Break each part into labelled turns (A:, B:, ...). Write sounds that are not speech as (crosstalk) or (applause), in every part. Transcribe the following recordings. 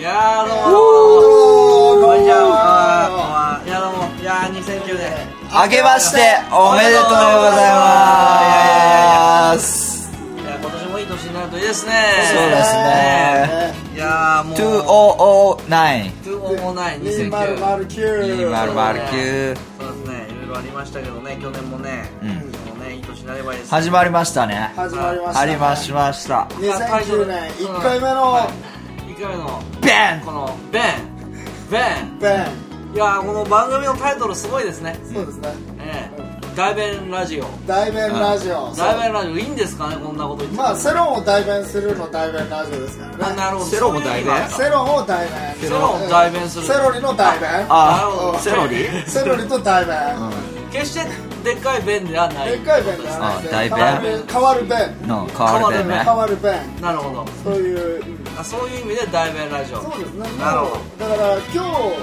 A: やーどうもこんにちはこんばんはいやどうもいやー2009年
B: あけましておめでとうございます
A: いや今年もいい年になるといいですね
B: そうですね
A: いやーもう
B: 2009
A: 2009 2009
B: 2009
A: そうですねいろいろありましたけどね去年もねもうねいい年になればいいです
B: 始まりましたね
C: 始まりました、
B: ありましました
C: 2009年1回目の
A: 1回目の
B: ベン
A: このベンベ
C: ベン、
A: ンいやーこの番組のタイトルすごいですね
C: そうですね
A: ええ大弁ラジオ
C: 大弁ラジオそう
A: 大弁ラジオいいんですかねこんなこと言って
C: まあセロンを代弁するの大弁ラジオですから
A: あ
C: ね
A: なるほど
B: セロも代弁
C: セロンを代弁
A: セロンを代弁する
C: セロリの代弁
A: なる
B: あ
A: ほど
B: セロリ
C: セロリと代弁、
A: 決してでっかい弁ではない
C: でっかい弁じゃなくて
B: あ代弁
C: 変わる弁
B: の変わるでね
C: 変わる弁
A: なるほど
C: そういう意味
A: あそういう意味で代弁ラジオ
C: そうですね
A: なるほど
C: だから今日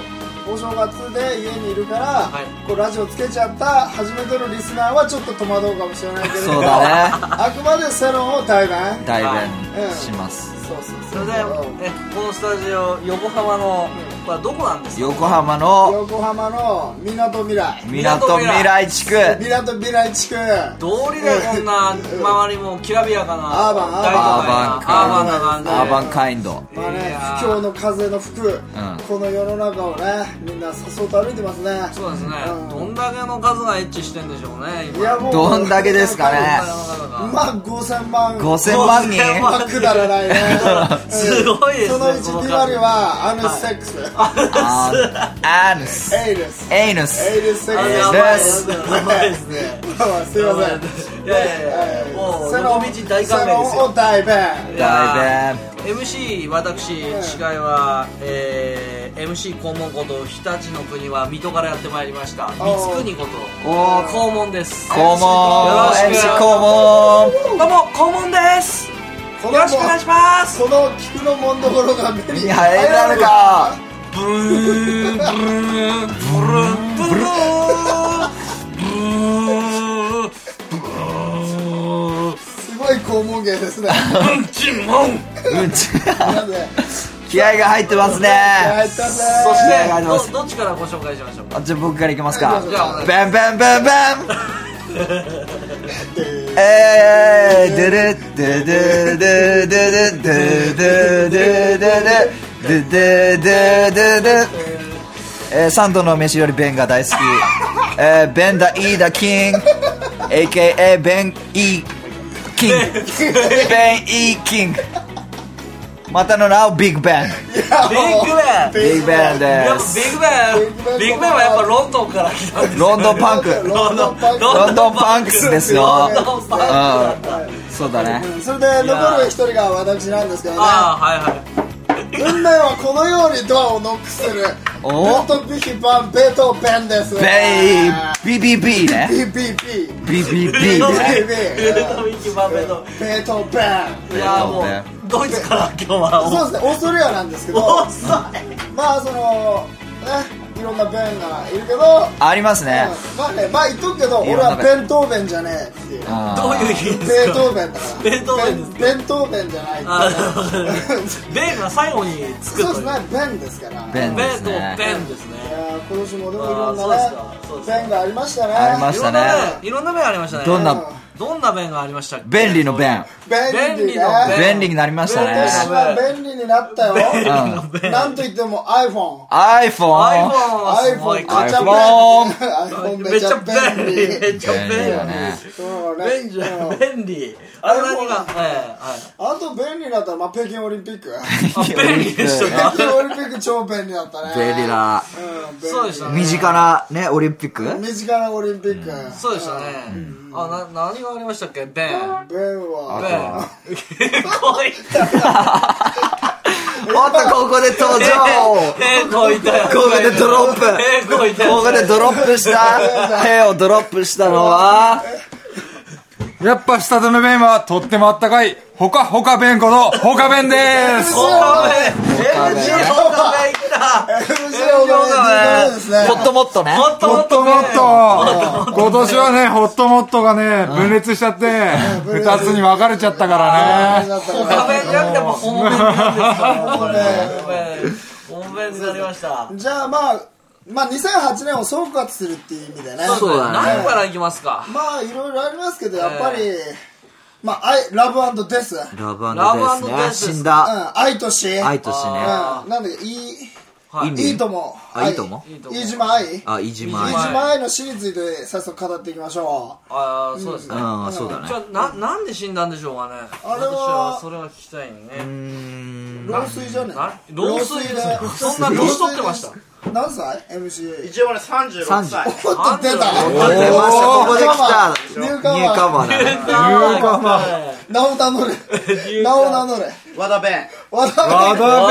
C: お正月で家にいるから、
A: はい
C: こうラジオつけちゃった初めてのリスナーはちょっと戸惑うかもしれないけれど
B: そうだね
C: あくまでセロンを代弁
B: 代弁します
C: そうそう
A: そ
C: そ
A: れ
C: う
A: でえこのスタジオ横浜のこれはどこなんですか
B: 横浜の
C: 横浜のみなとみらい
B: みなとみらい地区
C: みなとみらい地区
A: 通りでこんな
C: うん
A: 周りもきらびやかな
C: アーバン
A: 大都
B: アー
A: 会な
B: バン
A: アーバン
B: カ
A: な感
B: イン
A: じ
B: ドアーバンカインド
C: まあ
A: い
C: ね
A: やー
C: 不況の風の吹く、この世の中をねみんなさっそうと歩いてますね
A: そうですね
C: うん
A: どんだけの数がエッチしてんでしょうね今
C: いやもう
B: どんだけですかね
C: まあ5000万
B: 5000万人
A: 5000
C: まあ (laughs) くだらないね
A: (laughs) すごいですね
C: その1
A: この数
C: 2割はアヌスセックス、 (laughs)
B: あアヌス
C: エイルス
B: エイヌス
C: エイルスセッ
A: あ
C: ク
A: れ
C: ス
A: やばいですね
C: です
A: やばいですね
C: まあすいません
A: いやいやいやもう横
C: セロン
A: 道大歓迎です
C: セロン
A: よ
C: を代弁
A: いや
B: 代
A: ー
B: 弁
A: MC 私司会は、えー、MC 肛門こと日立の国は水戸からやってまいりました三
C: お
A: つ
C: ー
A: 国こと
B: おー
A: 肛門です
B: 肛門
A: よろし
B: MC
A: く
B: 肛門
A: どうも肛門です
C: こ
A: よ
C: の
A: ろしくお願いします
C: この菊のもんどころが目に
B: いや入らるか
A: ブルーンブルーンブルーンブルーン
C: すごい肛門芸ですね
A: ブルーンチモン
B: うんち
C: なんで
B: 気合が入ってますね
C: やったぜ
A: そし
B: ありが
A: て
B: とうございます
A: どどっちからご紹介しましょうか
B: あじゃあ僕からいきますか
C: どう
A: じゃあお願いし
B: ベンベンベンベンえー、でれででででででででででででででえー、サンドの飯よりベンが大好き、えー、ベンダイーダキング AKA ベンイーキングベンイーキングまたの名をビッグベン
A: ビッグベン
B: ビッグベン
A: や
B: で
A: っぱ
B: す
A: ビッグベンビッグベンはやっぱロンドンから来たんです
B: ロンドンパンク
C: ロンドンパンク
B: ロンドンパンクスですよ
A: ロンドンパンクだった
B: うんそうだね
C: それで残る一人が私なんですけどね
A: ああはいはい
C: 運命はこのようにドアをノックする
B: お
C: ベントビヒバンベートーベンです
B: ベイ BBB ね
C: BBB
B: BBB ね
A: 上とミキバベと
C: ベートーベ
A: いやもうドイツから今日は
C: ンそうですねオーストリアなんですけど
A: お遅
C: まあそのねいろんなベンがいるけど
B: ありますね
C: うんまあねまあ言っとくけど
B: いろ
C: 俺
B: んな
C: は
B: ベン
C: ベントーベンじゃねえっていう
B: あ
A: どう
B: ー
A: いう意味で
C: ベ
A: す
C: ート
A: か
C: ーベンだから
A: ベートーベンです
C: ベンベトーベンじゃない
A: あ
C: っていう
A: ベンが最後につく
C: (laughs) そう
A: と
C: で
A: いう
C: すねベンですから
B: ベン
A: ベンとベンですね
C: いやー今年もでもいろん
A: あ
C: なね
A: ーそうですかそうですか
C: 弁がありましたね
B: ありま
A: い
B: し
A: ろ
B: た
A: ん
B: ね
A: なベンいろんなベンありましたね
B: どんな
A: どんなベンがありましたっけ
B: 便利のベン
C: 便利ね
A: 便
B: 便利になりました
C: 今年
B: ね
C: は便利になったよ
A: 利
C: うんなんといっても iPhone
A: iPhone
B: iPhone
A: はすご
C: iPhone
A: い
C: めち
A: か
C: ゃ iPhone
B: iPhone
C: めちゃ便利
A: めちゃ便利
B: 便利だね
C: そうね
A: 便利だ
C: うん
A: 便利あれ何がええはい
C: あと便利だったら、まあ、北京オリンピック
A: あ便利でしたか
C: 北京オリンピック超便利だったね
B: 便利だ
C: うん便利
A: そうでしたね
B: 身近なねオリンピック
C: 身近なオリンピック
A: そうでしたねあな何がありましたっけベン
C: ベンは
A: ベ
B: あ
A: ンこいつ
B: おっとここで登場
A: えーこいたよ
B: ここでドロップ
A: えーこいたよ
B: ここでドロップした手をドロップしたのは
D: やっぱ下手の弁はとってもあったかい、ほかほか弁このほか弁
A: (laughs)
D: です。
A: このベンえー
B: ベン
A: ジロのベン来た
C: MC おめでとうですね
B: もっともっとね
A: もっと
D: ほ
A: も
D: っ
A: っと
D: と
A: ベ
D: も
A: ン
D: っと今年はね、ほっともっとがね、分裂しちゃって、二つに分かれちゃったからね。
C: だった
A: 他弁じゃなくても本弁なんですか
C: ね
A: これ弁になりました
C: じゃあまあ、まあ2008年を総括するっていう意味でね。
B: そうだね
A: 何からいきますか
C: まあいろいろありますけど、やっぱり、まあ、愛、ラブデス。うん、
B: ラブデ
A: ラブデ
B: ス
A: ス
B: ね。死んだ。
C: 愛と死。
B: 愛と死ね。
A: あ
C: うん、なんだっけ、いい、
A: はい
B: いね
C: いいとも。
B: あいいとも
A: いいとも
C: 飯島愛。飯
B: あ、いじま
A: 飯
B: い。
C: 島愛の死について早速語っていきましょう。
A: ああそうですね、
B: うん、そうだね
A: じゃ。あななんで死んだんでしょうかね
C: あれは
A: 私はそれは聞きたいね
B: うん。
C: 老衰じゃね
A: な老衰ですそんな年取ってました
C: た。何歳 ?MC。
E: 一応俺36歳
C: おっと出た。
B: 出ました、ここで来た。
C: ニ
B: ニ
C: ュ
B: ュ
C: ーカマー
B: ーカマーだね。
A: ーカマ
C: 名を名乗れ。名を名乗れ。
E: 和田弁
C: わた
D: 和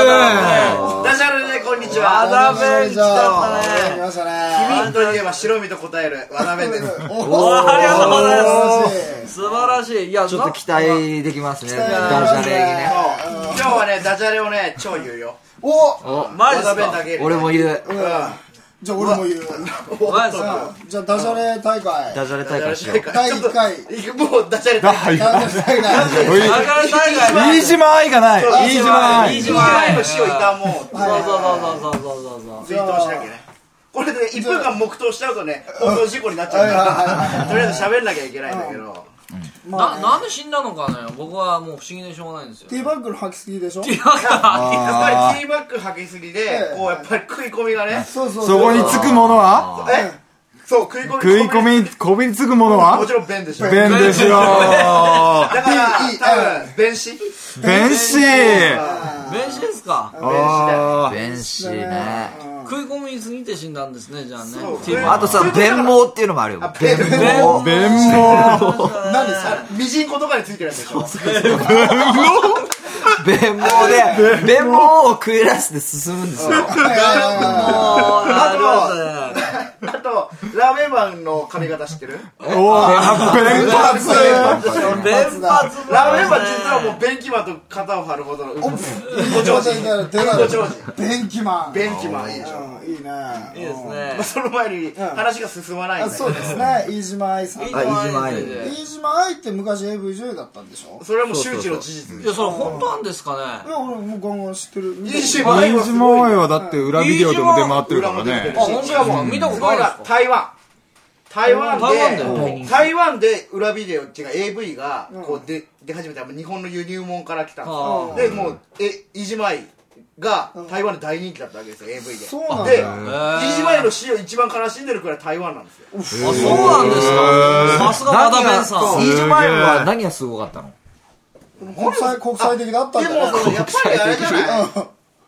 D: 田弁
E: ダジャレでこんにち
A: 和
E: は
A: 田弁来ちゃった
C: 来
A: ね
C: ました
E: 君
C: ね。
E: といえば白身と答える和田弁です
A: お
C: お
A: ーありがとうございます
C: す。
A: 素晴らしいいや
B: ちょっと期待できますね。
C: 待
B: ダジャレにね。
E: 今日はねダジャレをね超言うよ
C: お
B: お、
A: マジ
E: 和
A: です
E: 田弁
A: か
E: だけ
B: 俺もいる。
E: うん
C: じゃあ俺も言う。
A: マジですか
C: じゃあダジャレ大会。
B: ダジャレ大会しよう。
C: 第一回
E: ちょっともうダジャレ大会
C: ダジャレ大会。
D: おい
A: だから大会は
D: 飯島愛がない
E: そう
D: 飯島
A: 飯
D: 愛
A: 島
E: 一枚の死をいたもう
A: そうそうそうそうそうそうそう
E: 追悼しなきゃねこれでね1分間黙祷しちゃうとね放送事故になっちゃうからとりあえず喋んなきゃいけないんだけど
C: まあ
A: な
C: ね
A: なんで死んだのかね僕はもう不思議でしょうがないんですよ
C: ティーバッグの履きすぎでしょ
A: いやか
E: やっぱりティーバッグ履きすぎでこうやっぱり食い込みがね
C: そうそう
D: そこにつくものは
E: えそう食い込み
D: 食い込みこびりつくもの
E: も
D: は
E: ちろん弁でしょ
D: 弁ですよ
E: だから多分弁士
D: 弁士
A: 弁士ですか
D: あー
B: 弁士ね。
A: 食い込みすぎて死んだんですねじゃあね
E: そう
A: ティーバ
B: あとさ、弁毛っていうのもあるよ。弁
A: 毛
B: 毛。
D: 弁毛
C: 何さ
E: ミジンコとかについてるやつでしょ
B: 弁毛で、弁毛を食い出して進むんですよ。
A: もうなりましたね
E: あとラーメンマンの髪型知ってる (laughs)
D: おー弁髪
A: 連発
E: ラーメンマン実はもう弁気マンと肩を張るほどのご長寿
C: 出な
E: ご
C: い
E: 長寿
C: 電気マン
E: 弁気マンいいでしょ
C: うんいいね
A: いいですね
E: まあその前に話が進まないん
C: あ
E: だけ
C: そう
E: ど
C: ですね飯島愛さん
B: あ飯島愛
C: 飯島愛って昔 AV 女優だったんでしょ
E: それはもう周知の事実
A: いやそれ本当なんですか
C: い
A: ね
C: や俺もうガンガン知ってる
E: 飯島愛は
D: 飯
E: すご
D: 島
E: い
D: 愛
E: よ
D: はだって裏ビデオでも出回ってるからね
A: あ本当ですか見たことないですか
E: 台湾台湾
A: 台湾だ
E: で台湾で裏ビデオっていうか AV がこうで出始めた日本の輸入門から来た
A: は
E: んですよでもうえ飯島愛が台湾で大人気だったわけですよ AV で
C: そうなんだ
E: で
C: へ
A: ー
E: 飯島愛の死を一番悲しんでるくらい台湾なんですよ
A: あそうなんですかさすが和田弁さん
B: 飯島愛は何がすごかったの
C: 国際国際的だったん
E: で
C: だ
E: も
C: ね
E: そのやっぱりあれじゃない
C: うん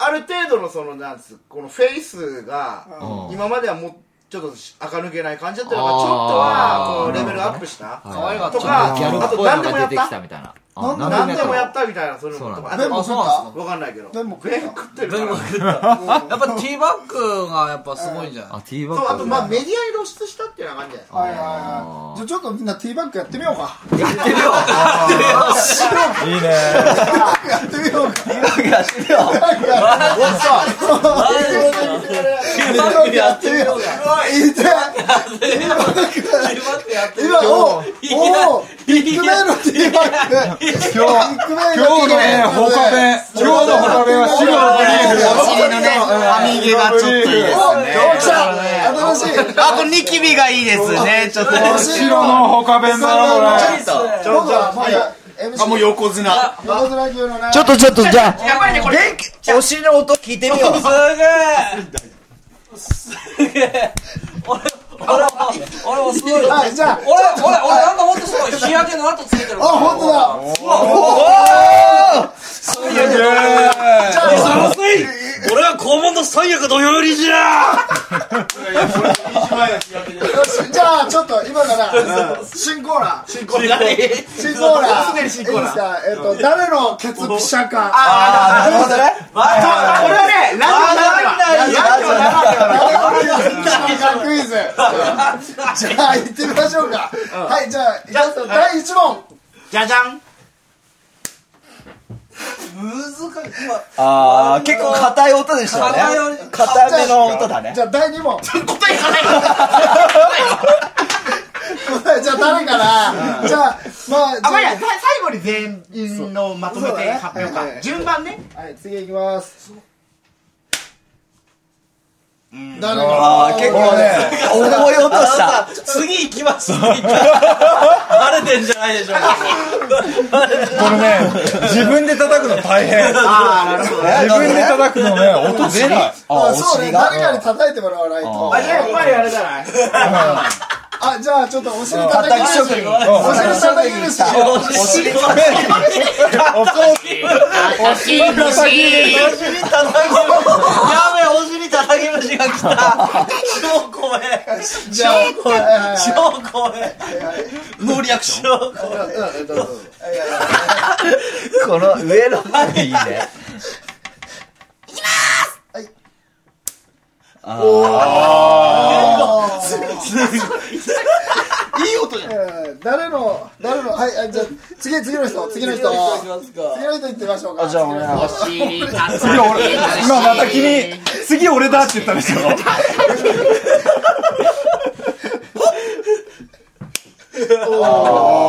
E: ある程度のそのなんつうこのフェイスが
B: うん
E: 今まではもうちょっと垢抜けない感じだったのがちょっとはこうレベルアップした
A: 可愛かった
E: と
A: あ
E: か
B: ギャル
E: あ
B: っ
E: と
B: ぽい
E: 何
B: の
E: でも
B: が
E: や
B: 出
E: って
B: き
E: た
B: たみたいな。
C: あなん
E: 何でもや
B: っ
E: ったみたいなそういうの
B: そう
E: と
B: な
E: か
B: ん
E: あ
C: 弁
E: と
C: も
A: あ
C: 食
A: そ
C: っ
A: うなんですか
C: た
E: 分かんないけど
C: 弁も食
E: 弁
C: った
E: 食ってるか
A: 弁護
E: らそ
A: 食ったやっぱティーバッグがやっぱすごいんじゃない
B: あ、ティーバッ
E: う
B: グ。
E: あとまあメディアに露出したっていうような感じじゃない
C: はいはいはいじゃあちょっとみんなティーバッグやってみようか
D: いいね
C: やってみようか
A: ティーバッグやってみようか
C: いて
A: ティーバッグやってみよ
C: 今おおビッグメンのティーバッグ
D: 今日今日のね他弁今日の他弁は資料の
B: お尻のね、髪毛がちょっといいです
C: お
B: ね。
C: 来た新しい
B: あとニキビがいいですね、ちょっと。
D: 白の他弁だなこれ
A: う
C: ちょっとあもう横綱横綱級のね
B: ちょっとちょっと、じゃあ、
E: やばいねこれ
B: お尻の音聞いてみよう。
A: すげえすげえ俺俺も俺もすごい俺
C: はいじゃあ
A: 俺俺なんかもっとすごい日焼けの跡ついてる
C: あ本当だ
A: 俺は肛門の三役土俵入りじゃ
C: よしじゃあちょっと今から新コーナー
E: 新コーナー
C: 新コーナー
E: すでに新コーナ
C: いいです
E: ー
C: かえっと誰のケツピシャか
E: あ
B: なるほどね。
E: あこれはねラジオならではラジ
C: 誰の
E: オならでは
C: ケツピシャかクイズじゃあ行ってみましょうかはいじゃあ
E: じゃあ
C: 第1問
E: じゃじゃん
B: あー、結構硬い音でした
A: 硬い音
B: ね。硬めの音だね。
C: じゃあ第2問
E: 答えがないから
C: じゃあ誰からじゃあまあ
E: あ、まあ、い
C: じゃ
E: や、さ最後に全員のまとめて発表
C: そうだねはいは
E: か。
C: い
E: 順番ね。
C: あはい次行きます誰
B: あ
C: か
B: ー結構ね、重い落とした。
A: 次行きます次行きますバレてんじゃないでしょうか
D: これね、自分で叩くの大変。
E: ああ、なるほど。
B: え
D: 自分で叩くのね、落とせない。
C: あ
B: お
C: そう
B: 尻
C: ね
B: が
C: 誰かに叩いてもらわないと
E: あ、じゃあやっぱりあれじゃない
C: あじゃあちょっとお尻叩き
B: 叩き職人
C: お尻叩き主
A: お尻叩き虫やべえお尻叩き虫が来た超怖え
C: じゃあはいはいはい
A: 超怖えノーリアクション
B: この上の方がいいね。
C: えー誰の誰のはいあじゃあ次次の人次の人次の人行ってみましょうか
B: じゃあお願いします。
D: 次俺、今また君、次俺だって言ったでしょ。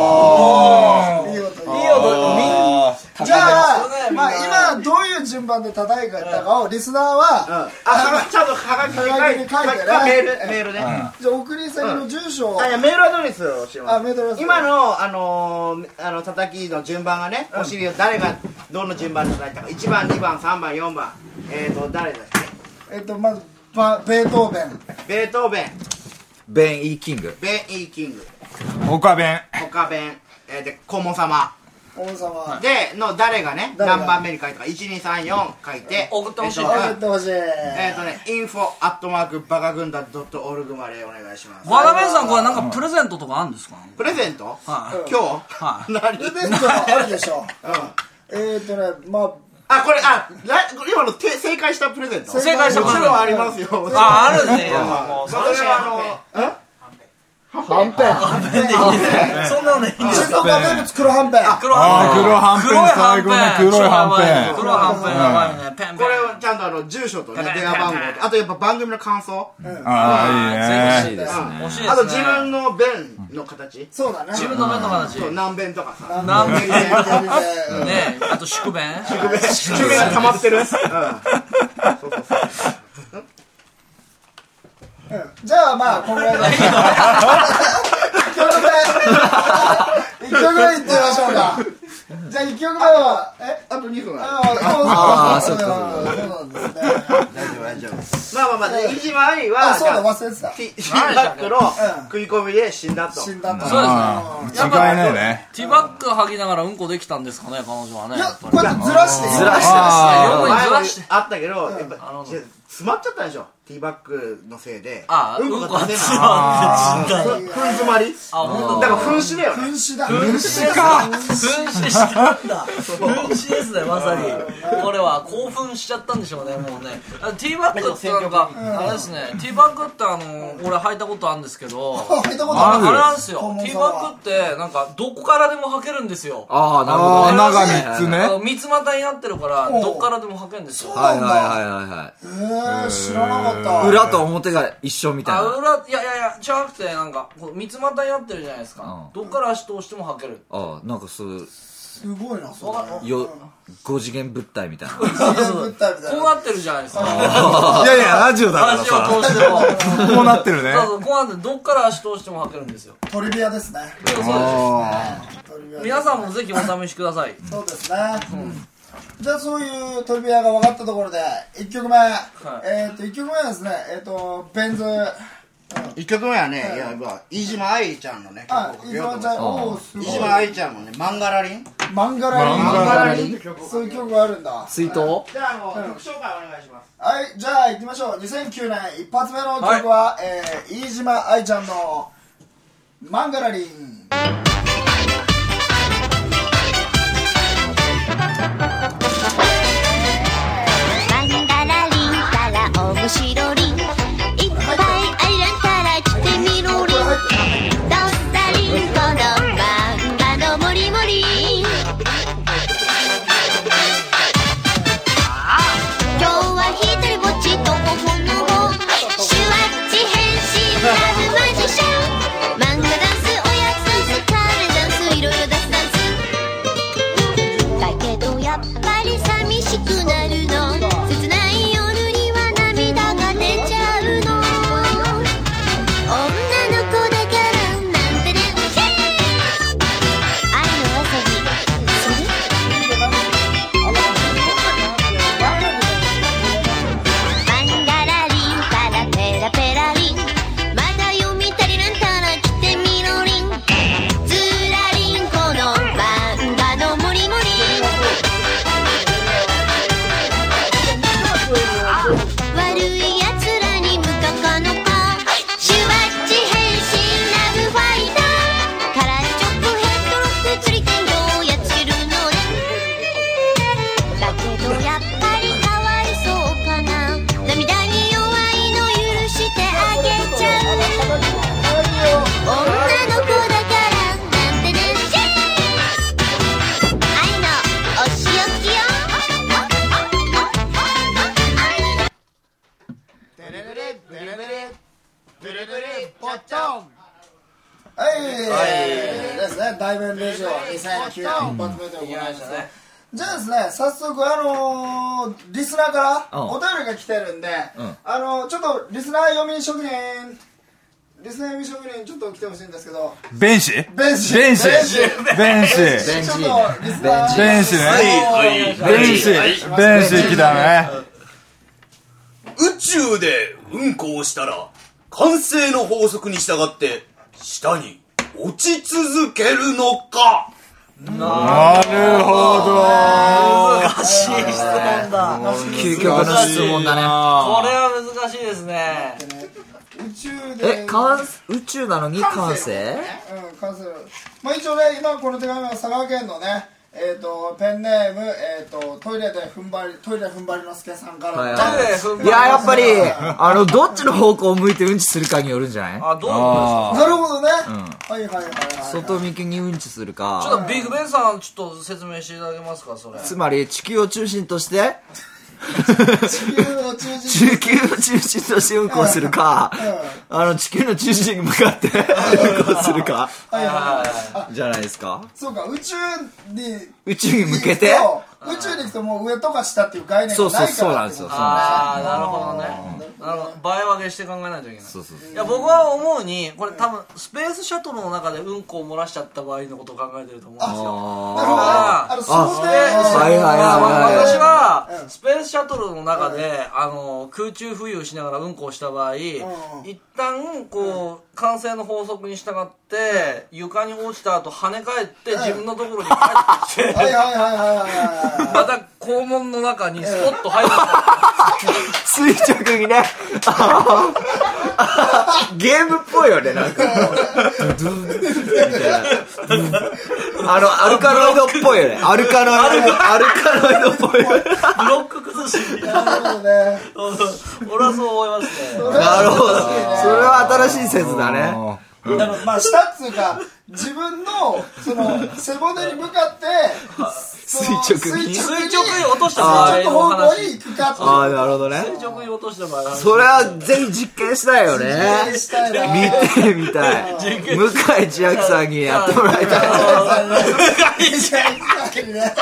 A: い
C: 次の人
A: いよ
C: じゃ
A: 高め
C: あ、まあ、今どういう順番で叩いたかをリスナーは、
E: あ、はがちゃんとはがきで書いて、
C: はがき
E: メ
C: で書いてね
E: ール、メールね。あ、
C: じゃあ送り先の住所を、
E: いや、メールアドレスを教えます。
C: あメールアドレス
E: 今の、あのー、あの、叩きの順番がね、お尻を誰が、どの順番で叩いたか。1番、2番、3番、4番。えーと、誰だっけ
C: えっとまずバベートーベン
E: ベートーベン、
B: ベン・イー・キング。
E: ベン・イー・キング、
D: 岡弁。
E: 岡弁、えー、で、顧問様。
C: 王様
E: で、の誰がね、
C: 誰が
E: 何番目に書いたか、1234書いて、
A: 送ってほしい
E: えー
A: は
E: と
C: あげてほしい
E: えっ、とね、info アットマークバカ軍団ドットオルグまでお願いします。
A: 和田弁さんこれなんかプレゼントとかあるんですか
E: プレゼント
A: は
E: 今日
A: は
E: 何
C: イベントはあるでしょ
E: うん
C: えっとねまあ
E: あ、これ、あ、ラ今のて正解したプレゼント
C: 正
A: 正解した
E: も
A: プ
E: ち
A: レゼン
E: ろん
A: ト
E: ありますよ。
A: ああるねも
E: も
A: う
E: う、それはあの、え
C: はんぺん
A: そんなのいいんです
C: 中華名物黒はんぺん
A: 黒
D: あー黒はんぺん
A: 黒いはんぺん
D: 最後の黒いはんぺ
A: 黒
D: ん
A: いはんぺんやばいねペンペン
E: これをちゃんとあの、住所とね、電話番号と、あとやっぱ番組の感想。うん。
D: ああ、いい
A: ぜひ
D: ね。
A: 欲しいですね
E: あと自分の弁の形。
C: そうだね
A: 自分の目の形
E: そう、南弁とかさ。
A: 何
C: ベ
A: 弁
C: ンベン
A: ねあと宿便
E: 宿命が溜まってる。うん。そうそうそう。
C: じゃあまあこんぐらいで一曲目一曲目いってみましょうかじゃあ一曲目はえ
E: あと2分ある
C: ああ、そうか。
E: まあまあまあ、で、一番ありは、
C: あ、そう
E: じ
C: だ、
E: ゃあ
C: 忘れてた。
E: ティティーバッグの食い込みで死んだと。
C: 死んだと。
A: そうですね
D: ああ、違いないね。
A: ティーバッグ履きながらうんこできたんですかね彼女はね
C: い
A: や
C: や
A: っ、ぱり
C: こうやってずらして。ずら
D: あ
A: 横に
E: 前
A: ず
E: も
A: らして
E: あったけど、やっぱ
A: なるほど
E: じゃあ詰まっちゃったでしょティーバッグのせいで
A: ああ
E: う
A: うんん
E: こ
A: こ
E: が
A: が
E: 出
A: 出
E: ない
A: な
E: ふん詰まり
A: あほん
E: だ
A: と
E: か
A: だ
E: ら噴死だよね
C: 噴死だ。
A: 噴死したんだ噴死ですねまさにこれは興奮しちゃったんでしょうねもうねあティーバッグってなんかあれですねティーバッグってあの俺履いたことあるんですけど
C: あ、見たこと
A: あ
C: あ
A: の
C: る。
A: あれなんですよ
C: 本物
A: ティー
C: だ
A: バッグってなんかどこからでも履けるんですよ
B: ああ、なるほ
D: あ
B: ど
D: あ、
B: ね。
D: 穴が3つ
A: あの
D: ね。
A: 三つ股になってるから
C: おう
A: どっからでも履けるんですよ
B: はいはいはいはいは
C: えー、知らなかった。
B: い。裏と表が一緒みたい
A: あ
B: な。
A: 裏いやいやいやじゃなくてなんかこう三つ股になってるじゃないですか、どっから足通しても履ける
B: ああ、なんかそう、
C: すごいな、それ。
B: よ、5次元物体みたいな。
C: ぶったみたい
A: こう
C: な。
A: なってるじゃないですか
D: いやいや、ラジオだから
A: 足
D: さ。
A: を通しても
D: こうなってるね
A: そ。うそうこうなってどっから足通しても履けるんですよ
C: トリビアですね。
A: そうです
C: トリビア。
A: 皆さんもぜひお試しください
C: そうですね。じゃあそういうトリビアが分かったところで、一曲目。えっと、一曲目はですね、えっと、ベンズ。
E: 1曲目はね、いやまあ飯島愛ちゃんのね曲を
C: あ
E: か、け
C: 伊
E: ようと
C: 沢
E: 思い
C: ちゃん、
E: ま
C: おーす
E: す
C: ごい
E: 飯。島愛ちゃんのねマンガラリン
C: マンガラリン。
D: マンガ
E: ラリン
C: そういう曲があるんだ。
B: 水筒
E: じゃああの曲紹介お願いします
C: はい、じゃあ行きましょう。2009年一発目の曲は、えー飯島愛ちゃんのマンガラリン。
F: マンダラリンから面白りんいっぱいアイランから来てみろりんどっさりんこのまんまのもりもり今日はひとりぼっちとおほのぼシュワッチ変身ラブマジシャン漫画ダンスおやつの時間
C: 対面でしょ2009年一発目ということなんですねじゃあですね早速あのーリスナーから
B: うん
C: お便りが来てるんで、
B: ん
C: あのーちょっとリスナー読み職人リスナー読み職人ちょっと来てほしいんですけど
D: 弁士
C: 弁士
D: 弁士
C: 弁士
D: 弁士
B: 弁
C: ちょっ
B: 士ね
C: とリスナー
D: 弁士ね
G: はいはい
D: 弁士
G: はい
D: 弁士来たね
G: 宇宙でうんこをしたら慣性の法則に従って下に落ち続けるのか
D: なるほど
A: 難しい質問だ
B: 究極の質問だね
A: こ
D: こ
A: れは難しいですね
C: 宇宙で
B: え感宇宙なのに感性
C: うん、関する。まあ一応ね、今この手紙は佐賀県のね、えっ、と、ペンネーム、えっ、と、トイレで踏ん張り、トイレ踏ん張りのすけさんから。
B: はい
A: トイレ踏ん張
B: いややっぱりあのどっちの方向を向いてうんちするかによるんじゃない
A: あどういうことですか
C: なるほどね。はいはいはいはい。
B: 外向きにうんちする
A: ちょ
B: か
A: っとビッグベンさんちょっと説明していただけますかそれ
B: つまり地球を中心として
C: 地球の中心。
B: 地球の中心として運行するかあの地球の中心に向かって運行するか
C: はいはいはい。
B: じゃないですか
C: そうか、宇宙に
B: 宇宙に向
C: 行
B: け
C: く
B: て
C: と、宇宙に行くともう上とか下っていう概念
B: そ
C: が
B: う
C: ない
B: そ
C: から
B: う
C: って
B: そ
C: こと
B: うなんですよそうなん
A: ああなるほどねなるほど倍分けして考えないといけない
B: ですそうそうそう
A: いや僕は思うにこれ多分スペースシャトルの中でうんこを漏らしちゃった場合のことを考えてると思うんですよ
C: なるほどね。あの、想
A: で、
B: は
C: 定。
B: いはいはいはい
A: 私はスペースシャトルの中で、あの空中浮遊しながらうんこをした場合、一旦こう慣性の法則に従って床に落ちた後跳ね返って自分のところに帰ってきて、
C: はいはいはいはいはいはい。
A: また肛門の中にスポッと入って
B: 垂直にねあのゲームっぽいよねなんかドゥドゥみたいなあのアルカロイドっぽいよねアルカロイドアルカロイドっぽいよね
A: ブロック崩しに
C: なるほどね。
A: 俺はそう思いますね
B: なるほどそれは新しい説だね
C: だからまあ下っつうか自分のその背骨に向かってその
B: 垂直に
A: 垂
C: 垂
A: 直
C: 直
A: に
C: に
A: 落とした場
C: ちょ
A: 合
C: っと
A: のお
C: 方向に
A: 話
C: 行くかって
B: ああなるほどね
A: 垂直に落とした場合の話
B: それはぜひ実験したいよね
C: いうしたい (laughs) な
B: 見てみたい向井千秋さんにやってもらいたい (laughs)
C: ね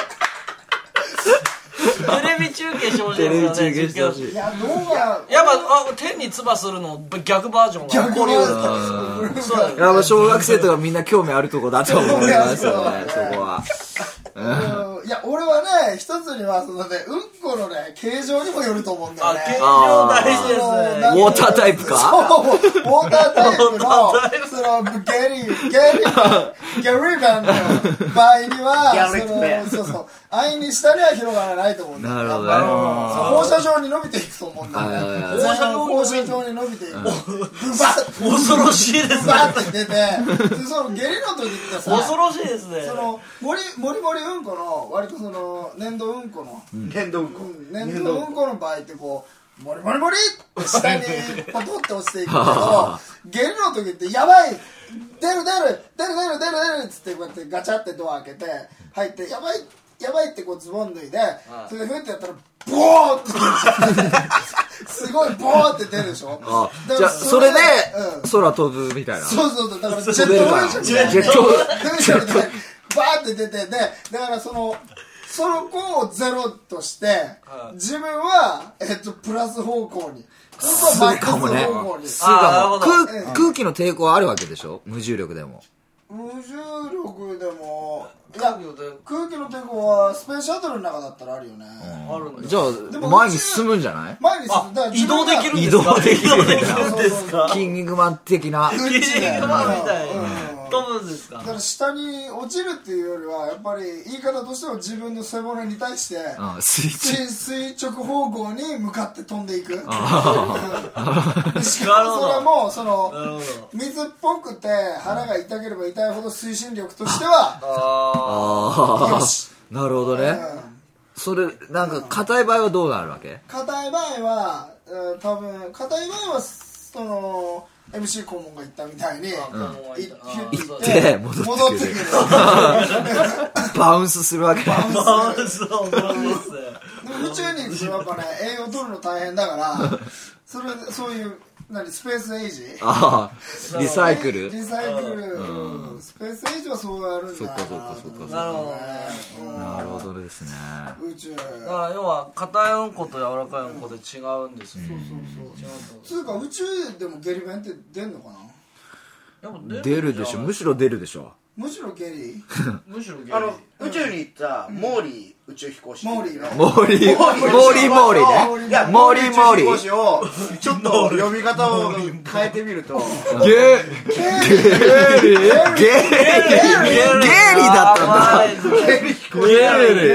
A: テレビ中継してほしい
B: テレビ
A: ですよ
B: 中
A: ね
B: 継してほし
A: 実況
B: い
C: いや脳が
A: やっぱあ天に唾するの逆バージョンが起こるようになった
C: 逆に
A: そうだよね
B: やっぱ小学生とかみんな興味あるとこだと思いますよね、そ
C: そうだね
B: こは。
C: うんいや俺はね一つにはそのねうんこのね形状にもよると思うんだよ
A: あ
C: ね
A: 形状大事です
C: そう
A: ね
C: なん
B: ウォータータイプか
C: そうウォータータイプの
A: ウォータータイプ
C: そのゲリーゲリーゲリーマンの場合には
E: ギャリッベン
C: そのそうそう愛にしたには広がらないと思うんだよ
B: なるほどね
C: やっぱそう放射状に伸びていくと思うんだよね
B: はいはいはい
C: 放射放射状に伸びて (laughs) いくブバッ
A: 恐ろしいです
C: ブ
A: ね
C: バッと出てでそのゲリの時ってさ
A: 恐ろしいですね
C: その森森森うんこの割とその粘土うんこの
E: 連動運行
C: うん粘土うんこの場合ってこうモリモリモリって下
B: (laughs)
C: にポトって落ちていくけどゲルの時ってやばい出る出る出る出る出る出るっつってこうやってガチャってドア開けて入ってやばいやばいってこうズボン脱いでそれでふってやったらボーって
B: (laughs)
C: 出るすごいボーって出るでしょ
B: あ
C: だか
B: じゃ
C: ら
B: あ、それで
C: うん、
B: 空飛ぶみたいな。
C: そうそうそうだからジェット噴射みたいな
B: ジェ
C: ジェ
B: ット
C: ット噴射みたいなバーって出てでだからそのその子をゼロとして自分は、えっと、プラス方向にずっとマイナス方向に
B: つうか
A: あーなるほど
B: 空空気の抵抗はあるわけでしょ無重力でも。
C: 無重力でもいや空気の抵抗はスペースシャトルの中だったらあるよね
A: あるんだ
B: じゃ
C: で
B: あ、
C: も
B: 前に進むんじゃない
C: 前に進んだから
A: 移
C: 自
A: 動
C: 分
A: で
C: が
A: きるんですか
B: 移動でき
A: 移
B: る
A: 動できるんですか
B: キン肉マン的な。
C: うん
A: キ
C: ち
A: リ
C: だ
A: ン
C: よ
A: グマンみたいに
C: うん
A: 飛ぶんですか
C: だから下に落ちるっていうよりはやっぱり言い方としては自分の背骨に対して、
B: うん、水中。
C: 垂垂直方向に向かって飛んでいく
B: (laughs)
C: しか
A: なるほどなる
C: もそれもそ
A: ほ
C: の
A: ど
C: 水っぽくて腹が痛ければ痛いほど推進力としては
A: あ
B: あ
C: よし
B: あ、なるほどね。それ、なんか、硬い場合はどうなるわけ
C: 硬い場合はうん多分硬い場合はその MC 顧問が言ったみたいにい
A: ー
C: ヒュッ
A: 行
C: て
A: って
C: いって
B: 行って
C: 戻
B: 戻
C: っ
B: って
C: く
B: てく
C: る
B: るバウンスするわけ。
A: あーそう恐ろしいですね
C: でも宇宙に行くとやっぱね栄養取るの大変だからそれそういう何スペースエイジ
H: ああ、リサイクル
C: リサイクルスペースエイジはそうやるんだな
H: そっかそっかそっかそっ
A: なるほどね
H: なるほどですね。
C: 宇宙
A: だから要は硬いうんこと柔らかいうんこで違うんですよ、
C: つうか宇宙でもゲリ弁って出んのかな
A: やっぱ
H: 出るでしょ。むしろ出るでしょ。
C: むしろゲ
H: (laughs)
C: リ
A: むしろゲ
E: あ
A: リ
E: の宇宙に行ったモーリー宇宙飛行士
C: モーリーの
H: モーリー、モーリーモーリー
E: い
H: ね
E: や。
H: モーリーモーリ
E: 宇宙飛行
H: ー。
E: 士をちょっと読み方を変えてみると
H: ゲー、ゲーリー、ゲーリー、ゲーリーだったんだ。
A: ゲリ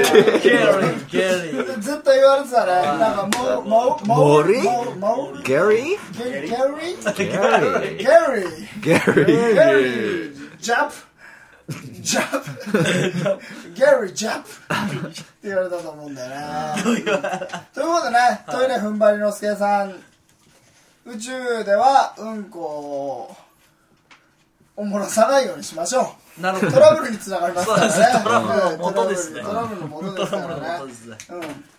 A: ゲリゲリ
C: ずっと言われてたねなんかモモモ
H: モリ
C: モモリ
H: ゲリー
C: ゲリゲ
H: ゲ
C: リ
H: リー、
C: ゲリ
H: ゲリー。
C: ゲリジャンプジャンプゲリジャンプって言われたと思うんだよねということでねトイレ踏ん張りのすけさん宇宙ではうんこをおもらさないようにしましょう
A: なるほ
C: ト
A: ど
C: ラブルにつながりますからね
A: トラブルの元ですね
C: トラブルの元ですか
A: なる
C: ら
A: ほど
C: ね
A: ですね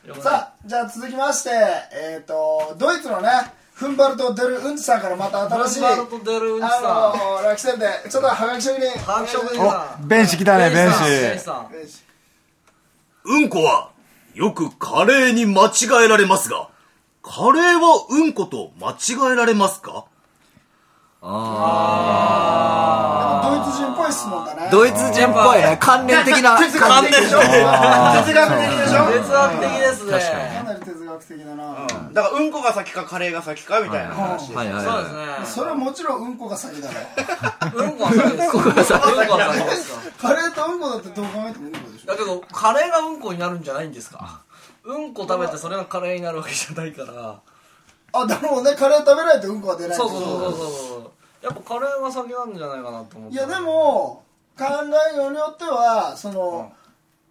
C: うんさあじゃあ続きましてえっ、とドイツのねフンバルト・デル・ウンチさんからまた新しい
A: バルト・デル・ウンチ
C: あ
A: さん
C: のー、ラキセンでちょっとはがき職人
A: ハーションさん
D: お、弁士来たね、弁
A: ベン
D: 士。
A: さん
G: うんこは、よくカレーに間違えられますが、カレーはうんこと間違えられますか
C: ドイツ人っぽい質問だね
H: ドイツ人っぽいね。関連的な。
E: 哲学的でしょ哲学的でしょ
A: 哲学的ですね
C: かなり哲学的だな、
E: だからうんこが先かカレーが先かみたいな話
H: はいはい
A: そう
H: は
A: です
C: それはもちろんうんこが先だろ
A: ねうんこは先ですうんこは先ですか
C: カレーとうんこだってどう考えてもうんこでしょ
A: だけどカレーがうんこになるんじゃないんですかうんこ食べてそれがカレーになるわけじゃないから
C: あだろうねカレー食べないとうんこは出ない
A: そうそうそうそうそうやっぱカレーが先なんじゃないかなと思ってい
C: いやでも考えようによってはその、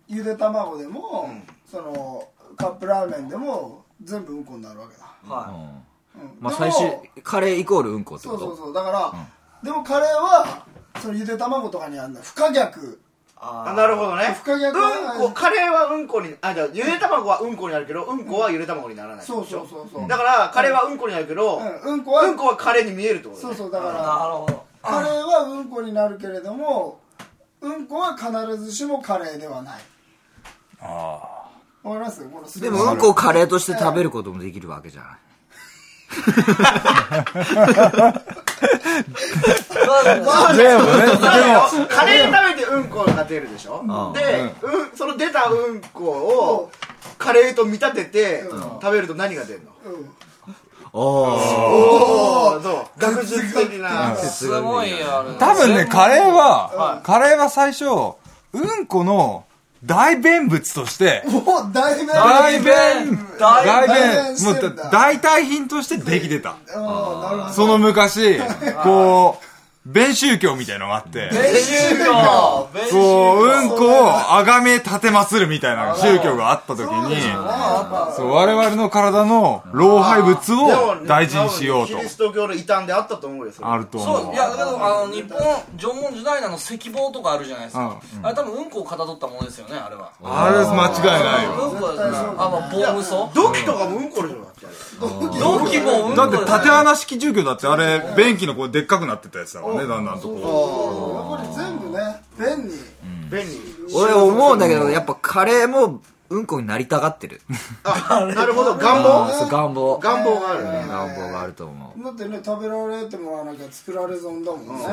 C: ゆで卵でも、そのカップラーメンでも全部うんこになるわけだ、
A: はい
C: うん
H: い。まあ最
C: でも
H: 終、カレーイコールうんこって
C: そ
H: こ
C: うそう
H: と
C: そうだから、でもカレーはそのゆで卵とかにあるんだ不可逆
E: あ
A: あ
E: なるほどね
C: 不可逆
E: うんこカレーはうんこにあじゃあゆで卵はうんこになるけどうんこはゆで卵にならない
C: そうそうそうそう
E: だからカレーはうんこになるけど、
C: うんうんこは、
E: うんこはカレーに見えるってことだ
C: そ
E: よ
C: う
E: ね
C: そうだか
A: あ
C: ら
A: なるほど
C: カレーはうんこになるけれどもうんこは必ずしもカレーではないああわかりますこの
H: でもうんこをカレーとして食べることもできるわけじゃない。
D: でもね、
E: だからよカレー食べてうんこが出るでしょ、で、うん、その出たうんこをカレーと見立てて、食べると何が出るの
C: うん
H: おー。
E: おおどう学術的な
A: すごいよあれ
D: 多分ね、カレーは、カレーは最初、うんこの代弁物として、
C: もう大名
D: 代弁
A: 代
C: 弁
D: 代弁
C: し
D: も
C: てん
D: う
C: だ
D: 代替品としてできてた
C: うんなるほど
D: その昔こう弁宗教みたいのがあって
A: 練習量練習
D: こううんこを崇め立てまするみたいな宗教があった時にそう我々の体の老廃物を大事にしよう
E: で
D: と
E: もキリスト教の異端であったと思うよそれ
D: あると
A: そう
D: 思う
A: いやでもあの日本縄文時代のあの石棒とかあるじゃないですか、あれ多分うんこをかたどったものですよねあれは
D: あれ間違いないよ
A: うんこですねあまあ棒無双
E: 土器とかもうんこでしょだってあれ
A: 同期もうん
D: だ
A: こ
D: っ
A: で
D: て
A: すね
D: 縦穴式住居だってあれ便器のこうでっかくなってたやつだからねだんだんとこ
C: やっぱり全部ね便利
E: 便利
H: 俺思うんだけど、やっぱカレーもうんこになりたがってる。
E: あなるほど願
H: あ
E: 望
H: ーそう願望。
E: 願望があるね
H: 願望があると思う。
C: だってね食べられてもらわなきゃ作られ損だもんね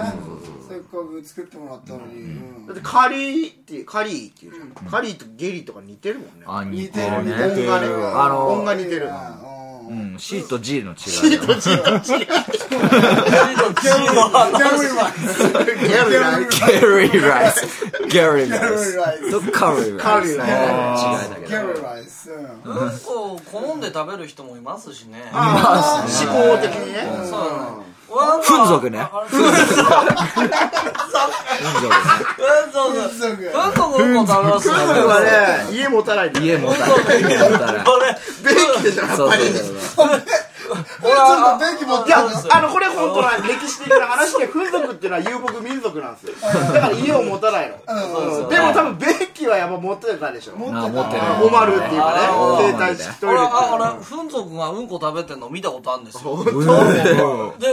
C: せっかく作ってもらったのにうん
E: だってカリーってカリーっていうじゃんカリーとゲリーとか似てるもんね
H: あ、似
C: 似
H: て
C: てる
H: る
C: 似て
H: ね。
E: 音がね
H: あの
E: 音が似てる
H: う、
C: うん
H: C と G の違いだよね。ゲ
E: ギャルが
H: リーライス。ゲリーライス。
C: ん
H: とカリー
E: カ
H: ライ
E: リ
H: ス。
E: ー
H: ね
E: ね
H: 違いだけ
C: キ
H: ど。
C: ャロライスうん
A: うんこを好んで食べる人もいますしね
E: あー思考的にね
A: そうだね俺なんか
H: フン族ね
A: あフン族フン族
C: すぐ
A: フン族うんこ食べますね
E: 僕はね家持たないんだよ
H: 家もたない。家もたない。
A: これ
E: 便器でしょやっ
H: そう
E: ぱり
H: そうそう。
C: の便器持っ
E: い
C: て
E: や
C: るんですよ。
E: あのこれ本当なんです歴史的な話で風俗っていうのは遊牧民族なんですよだから家を持たないの、うんでも多分ベッキーはやっぱ持ってたでしょ
C: 持
E: ホ
C: って
H: 持ってる
E: マルっていう
A: あ
E: か
A: ー
E: ね生態式トイ
A: 俺
E: レっていう
A: は
E: か
A: あ俺フンゾ君がうんこ食べてんの見たことあるんですよ
D: うん
A: で、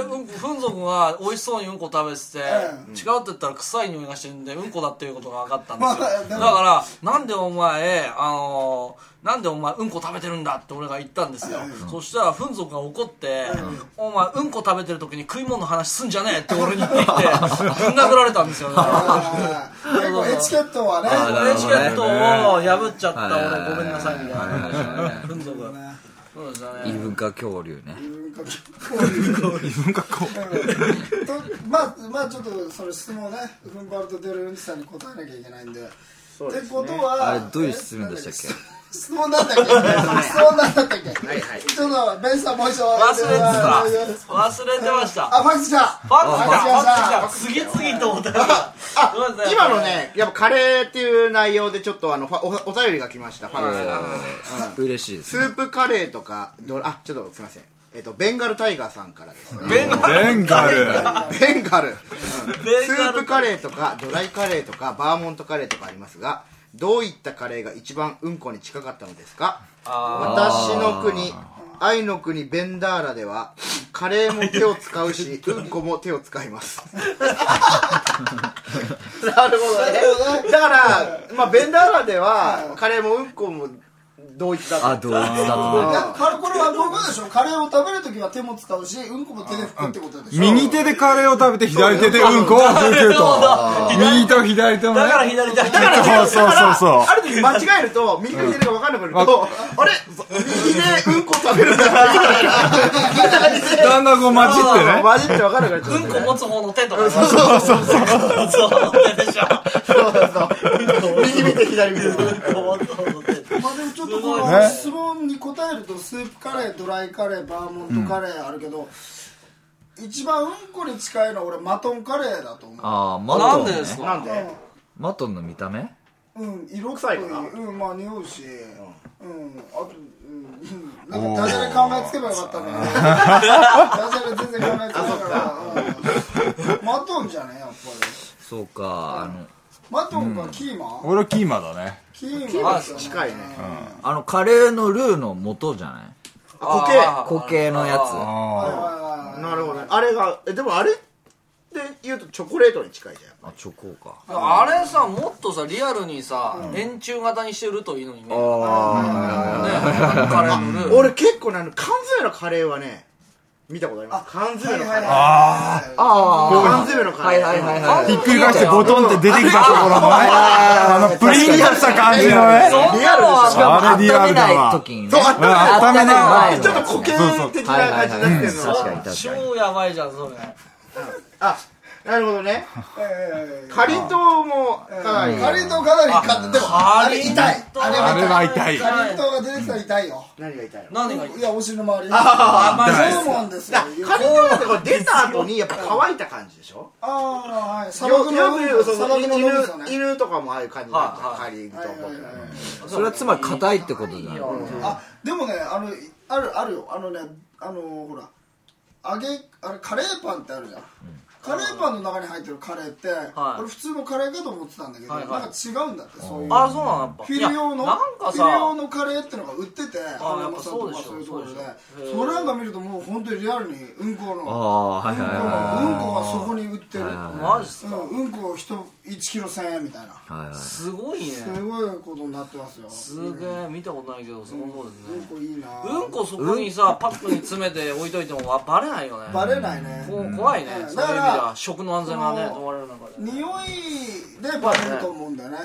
A: うん、フンゾ君が美味しそうにうんこ食べてて、
C: う
A: 違うって言ったら臭い匂いがしてるんでうんこだっていうことが分かったんですよ、
C: まあで
A: だ
C: も
A: からなんでお前あのーなんでお前うんこ食べてるんだって俺が言ったんですよ、そしたらフンゾ君が怒って、お前うんこ食べてる時に食い物の話すんじゃねえって俺に言ってきてぶん殴られたんですよね
C: あー結構エチケットはね。
A: エチケットを破っちゃった俺ごめんなさいみたいな
H: はいはいはい
A: フンゾ君そうですよ
H: 異
A: ね
H: 文化恐竜ね
C: とまあまあちょっとそれ質問をね踏ん張ると出るようにさんに答えなきゃいけないんで。ってことは
H: あれどういう質問でしたっけ
C: け質問なんだっけ質問なんだったっけはいはいちょっとベンさんもう一度忘
A: れてた忘れてました
C: あファックスだ
A: ファックス
C: あ
A: が、ファックスが、次々とお便りが。
E: 今のねやっぱカレーっていう内容でちょっとあのファおお便りが来ましたファンさんが
H: 嬉しいです
E: スープカレーとかどあちょっとすいませんえっとベンガルタイガーさんからですね
D: ベンガル。
E: ベンガル
A: ベン
E: ス
A: ガ
E: ー
A: ル
E: プカレーとかドライカレーとかバーモントカレーとかありますがどういったカレーが一番うんこに近かったのですか私の国愛の国ベンダーラではカレーも手を使うしうんこも手を使いますなるほどねだから、まあ、ベンダーラではカレーもうんこも同一だ
H: あ
E: と
H: 同一だと
C: いやカレーこれは僕でしょカレーを食べるときは手も使うしうんこも手で拭くってことでしょ
D: 右手でカレーを食べて、左手でうんこをふくと。右と左手もね。
A: だから左手だから
D: そうそうそうそう。
E: ある時間違えると右か左か分かんなくなると、あれ右でうんこ食べるんだ (laughs)
D: だんだんこう混じってね。
E: 混じって分かるからちょ
A: う
E: っ
A: ん
E: とね
A: こ持つ方の手とかね。そうそうそう。そう手でしょ。
E: そうそうそう右見て左見て
A: うんこ持つ方の手。
C: まあでもちょっとこ
A: す
D: ごいね
C: の質問に答えるとスープカレードライカレーバーモントカレーあるけど、一番うんこに近いのは俺マトンカレーだと思う
H: ああマ
A: な
H: ト
A: ん
H: ン
A: で
H: ね
A: ですか
E: なんで
H: マトンの見た目
C: うん色っぽ
E: 臭い
C: い
E: かな
C: うんまあ匂うしうんあとうんなんかダジャレ考えつけばよかったのにダジャレ全然考えつけないから、うん、マトンじゃねやっぱり
H: そうかあの
C: マトンかキーマン、
D: 俺はキーマだね。
C: キー
E: キー
C: マンで
E: マン
C: すよね
E: 近いね
H: あのカレーのルーの元じゃない
E: 固
A: あ
E: 形
A: ー
H: 固形のや
A: あ
H: つ
C: はい
D: あ
C: はいはい
E: なるほどねあれがえでもあれで言うとチョコレートに近いじゃんやっぱ
H: あチョコか
A: あれさ、もっとさ、リアルにさ、円柱型にしてるといいのにね。ねカレーのルー。
E: 俺結構ねあの缶詰のカレーはね見たことあります缶詰のカレー
D: あ
H: あー
E: 缶詰のカレー
H: はいはいはい
D: ー。ひっくり返してボトンって出てきたところのね。あの、プリンとした感じのね。
A: そんなのは
H: しかも
D: あれリア
H: 温め
D: ルだわ
H: ない時にね
E: そう温めない
D: 温めな
H: 温
D: い
E: ちょ
H: め
E: っと固
H: ない
E: 形的な感じにな
H: は
E: ってるの
H: いはいはいうん確かに
A: 超やばいじゃん、それ。
E: あなるほどね
C: えー
E: かりんとうもかなり
C: カリントかなりかってでもあれ痛いあれ
D: あれ
C: は
D: は
C: 痛
D: 痛
C: い
D: い
C: カリントが出てきたら痛いよ
E: 何が痛いの
A: 何がいい
C: いやお尻の周り
A: あー
C: あそうなんですよ
E: カリンとうってこれ出た後にやっぱ乾いた感じでしょ
C: ああはい砂
E: よ
C: 漠
E: く
C: のうんこ
E: そ
C: 砂
E: の
C: 漠の
E: 犬
C: うんですよね
E: 犬とかもああいう感じなんじゃん
A: はい
E: カリンとう
C: はいはい
E: も
C: はい
H: それはつまり硬いってことじゃない
C: あでもねあのいあるあるよあのねあのほら揚げあれカレーパンってあるじゃん、カレーパンの中に入ってるカレーって、
A: はい
C: 俺普通のカレーかと思ってたんだけど、
A: はいはい
C: なんか違うんだってそういう
A: あ、そうなのやっぱ。
C: フィル用の
A: いやなんか
C: フィル用
A: さ、
C: のカレーってのが売ってて
A: あ
C: 花山さんとか
A: やっぱ
C: そ
A: そ
C: う
A: う
C: い
A: で
C: う
A: し
C: と
A: ょ
C: ころ
A: そ
C: で
A: うでしょ
C: それなんか見るともう本当にリアルにうんこ
H: あ
C: の
H: あはいはい
C: うんこ
H: は
C: のうんこがそこに売ってる、
A: マジっすか
C: うん、うんこ1キロ1000円みたいない
H: はいはい
A: すごいね。
C: すごいことになってますよ
A: すげえ、見たことないけど、そのそうですね。
C: うんこいいな
A: うんこそこにさ、パックに詰めて置いといてもあバレないよね
C: バレないね
A: こう怖いね、
C: うん
A: そういう意味で
C: だか
A: は食の安全がね
C: その
A: 問われる中で
C: 匂いでバレると思うんだよね。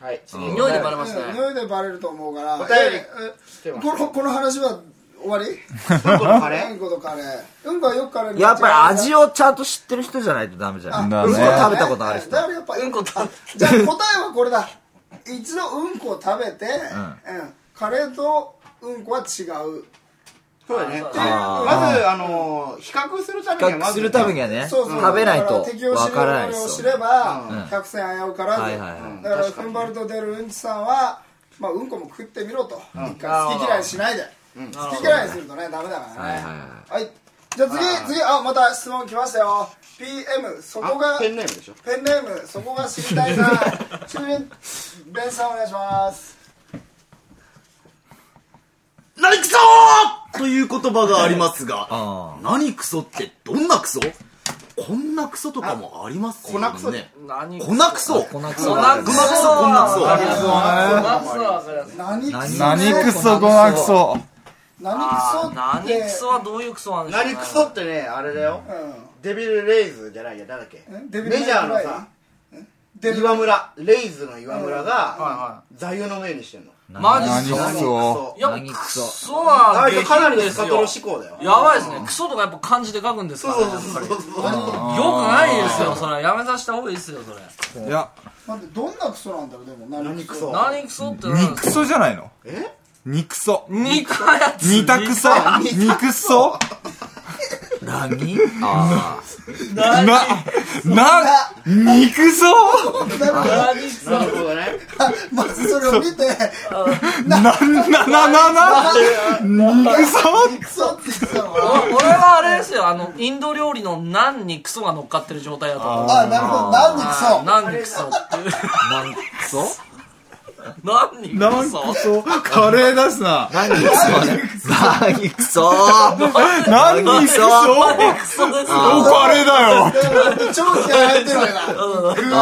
E: はい次
A: 匂いでバレますね
C: うん匂いでバレると思うから。
E: お便り
C: え
E: 来て
C: え
E: ます
C: このこの話は終わり？
E: うんこのカレ
C: う
E: ー
C: んことカレー。うんこはよくカレーに
H: やっぱり味
C: を
H: をちゃんと知ってる人じゃないとダメじゃん。
D: だ
H: うん
D: ね
H: こ食べたことある人。
C: だからやっぱ
A: うんこ食べ
C: あじゃあ答えはこれだ。一度うんこを食べて、うんカレーとうんこは違う。
E: そうだねまず
H: あ
E: あのー比較するため
H: 比
E: にはま
H: 較
E: ず
H: するためにはね、
C: そうそう
H: 食べないと
C: だから適応
H: わ
C: し
H: からない
C: れ
H: で
C: を知
H: す
C: れ
H: よ。
C: ば
H: うん
C: 100戦危うからず、
H: はいはいはい
C: だからフンバルト・デル・うんちさんは、まあ、うんこも食ってみろと、一回好き嫌いしないで、
E: う
C: 好き嫌いするとねダメだから
H: はいはい
C: ね
H: はい
C: はいじゃあ次次あまた質問来ましたよ PM そこが
E: あペンネームでしょ
C: ペンネームそこが知りたいな
E: (laughs)
C: 中連ベンさんお願いします
G: 何クソーという言葉がありますが、何クソってどんなクソこんなクソとかもありますよね。粉クソ
A: 何
G: 粉クソ
B: 粉
G: 粉
B: く
G: ク
B: そ
G: ソ
A: 粉
G: こん
A: くそ
G: なクソ
A: マクソはわかりやすい
C: 何クソ
D: 何クソ
B: ご
D: ご
B: ま
D: ま
B: く
D: く
B: そ
D: そ
C: 何
A: あ
C: クソ
A: ー
C: って
A: 何クソはどういうクソなんでしょうね
E: 何クソってねあれだよ
C: う
E: デビル・レイズじゃないや誰だっけ
C: んデビ
E: メ
C: ル
E: ジャーのさ
C: デビル
E: 岩村レイズの岩村が座右の銘にしてんの
A: マジっ
D: 何
A: す
D: ク
A: か
E: 何ク
D: ソ
E: ソ
A: いや
B: 何クソ
A: クソは
E: あ
A: 下
E: れかな
A: 品
E: りの
A: で
E: ス
A: す
E: カト
A: よ
E: ロ志向だよ
A: やばいですねクソとかやっぱ漢字で書くんですからねやっぱりよくないですよそれやめさせた方がいいですよそれ
D: いや
C: 待ってどんなクソなんだろうでも
E: 何クソ
A: 何クソって何
D: 肉ソじゃないの
E: え
D: 肉ソ
A: 肉のやつ
D: 二択ソ肉ソ
B: 何
D: な、な、肉ソ
A: 何クソ
E: なるほどね
C: まずそれを見て
D: な、な、な、な、な、肉ソ
C: クソって言ってたの
A: お
C: かな
A: 俺はあれですよあのインド料理のナンにクソが乗っかってる状態だと思う
C: あなるほど何クソ
A: ナンにクソっていう
B: 何クソ
A: ナンに
D: なん
A: クソ
D: クソカレー出すな。
B: 何クソ何クソ
D: なんにクソ
A: 何クソですよ
D: おカレーだよ
C: 超気合入ってるわけだグ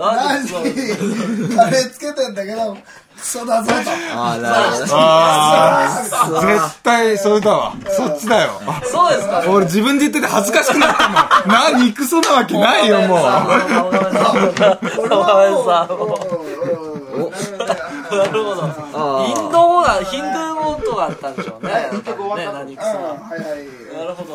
C: ワジに何カレーつけてんだけどクソだぞと
B: あら
D: あー、絶対それだわ。そっちだよ。
A: そうですかね
D: 俺自分で言ってて恥ずかしくなったもん。な、肉ソなわけないよ、もう。
A: さんもなるほどインド語だヒンドゥー語とかだったんでしょうねね何クソ
C: うんはいはい
A: なるほど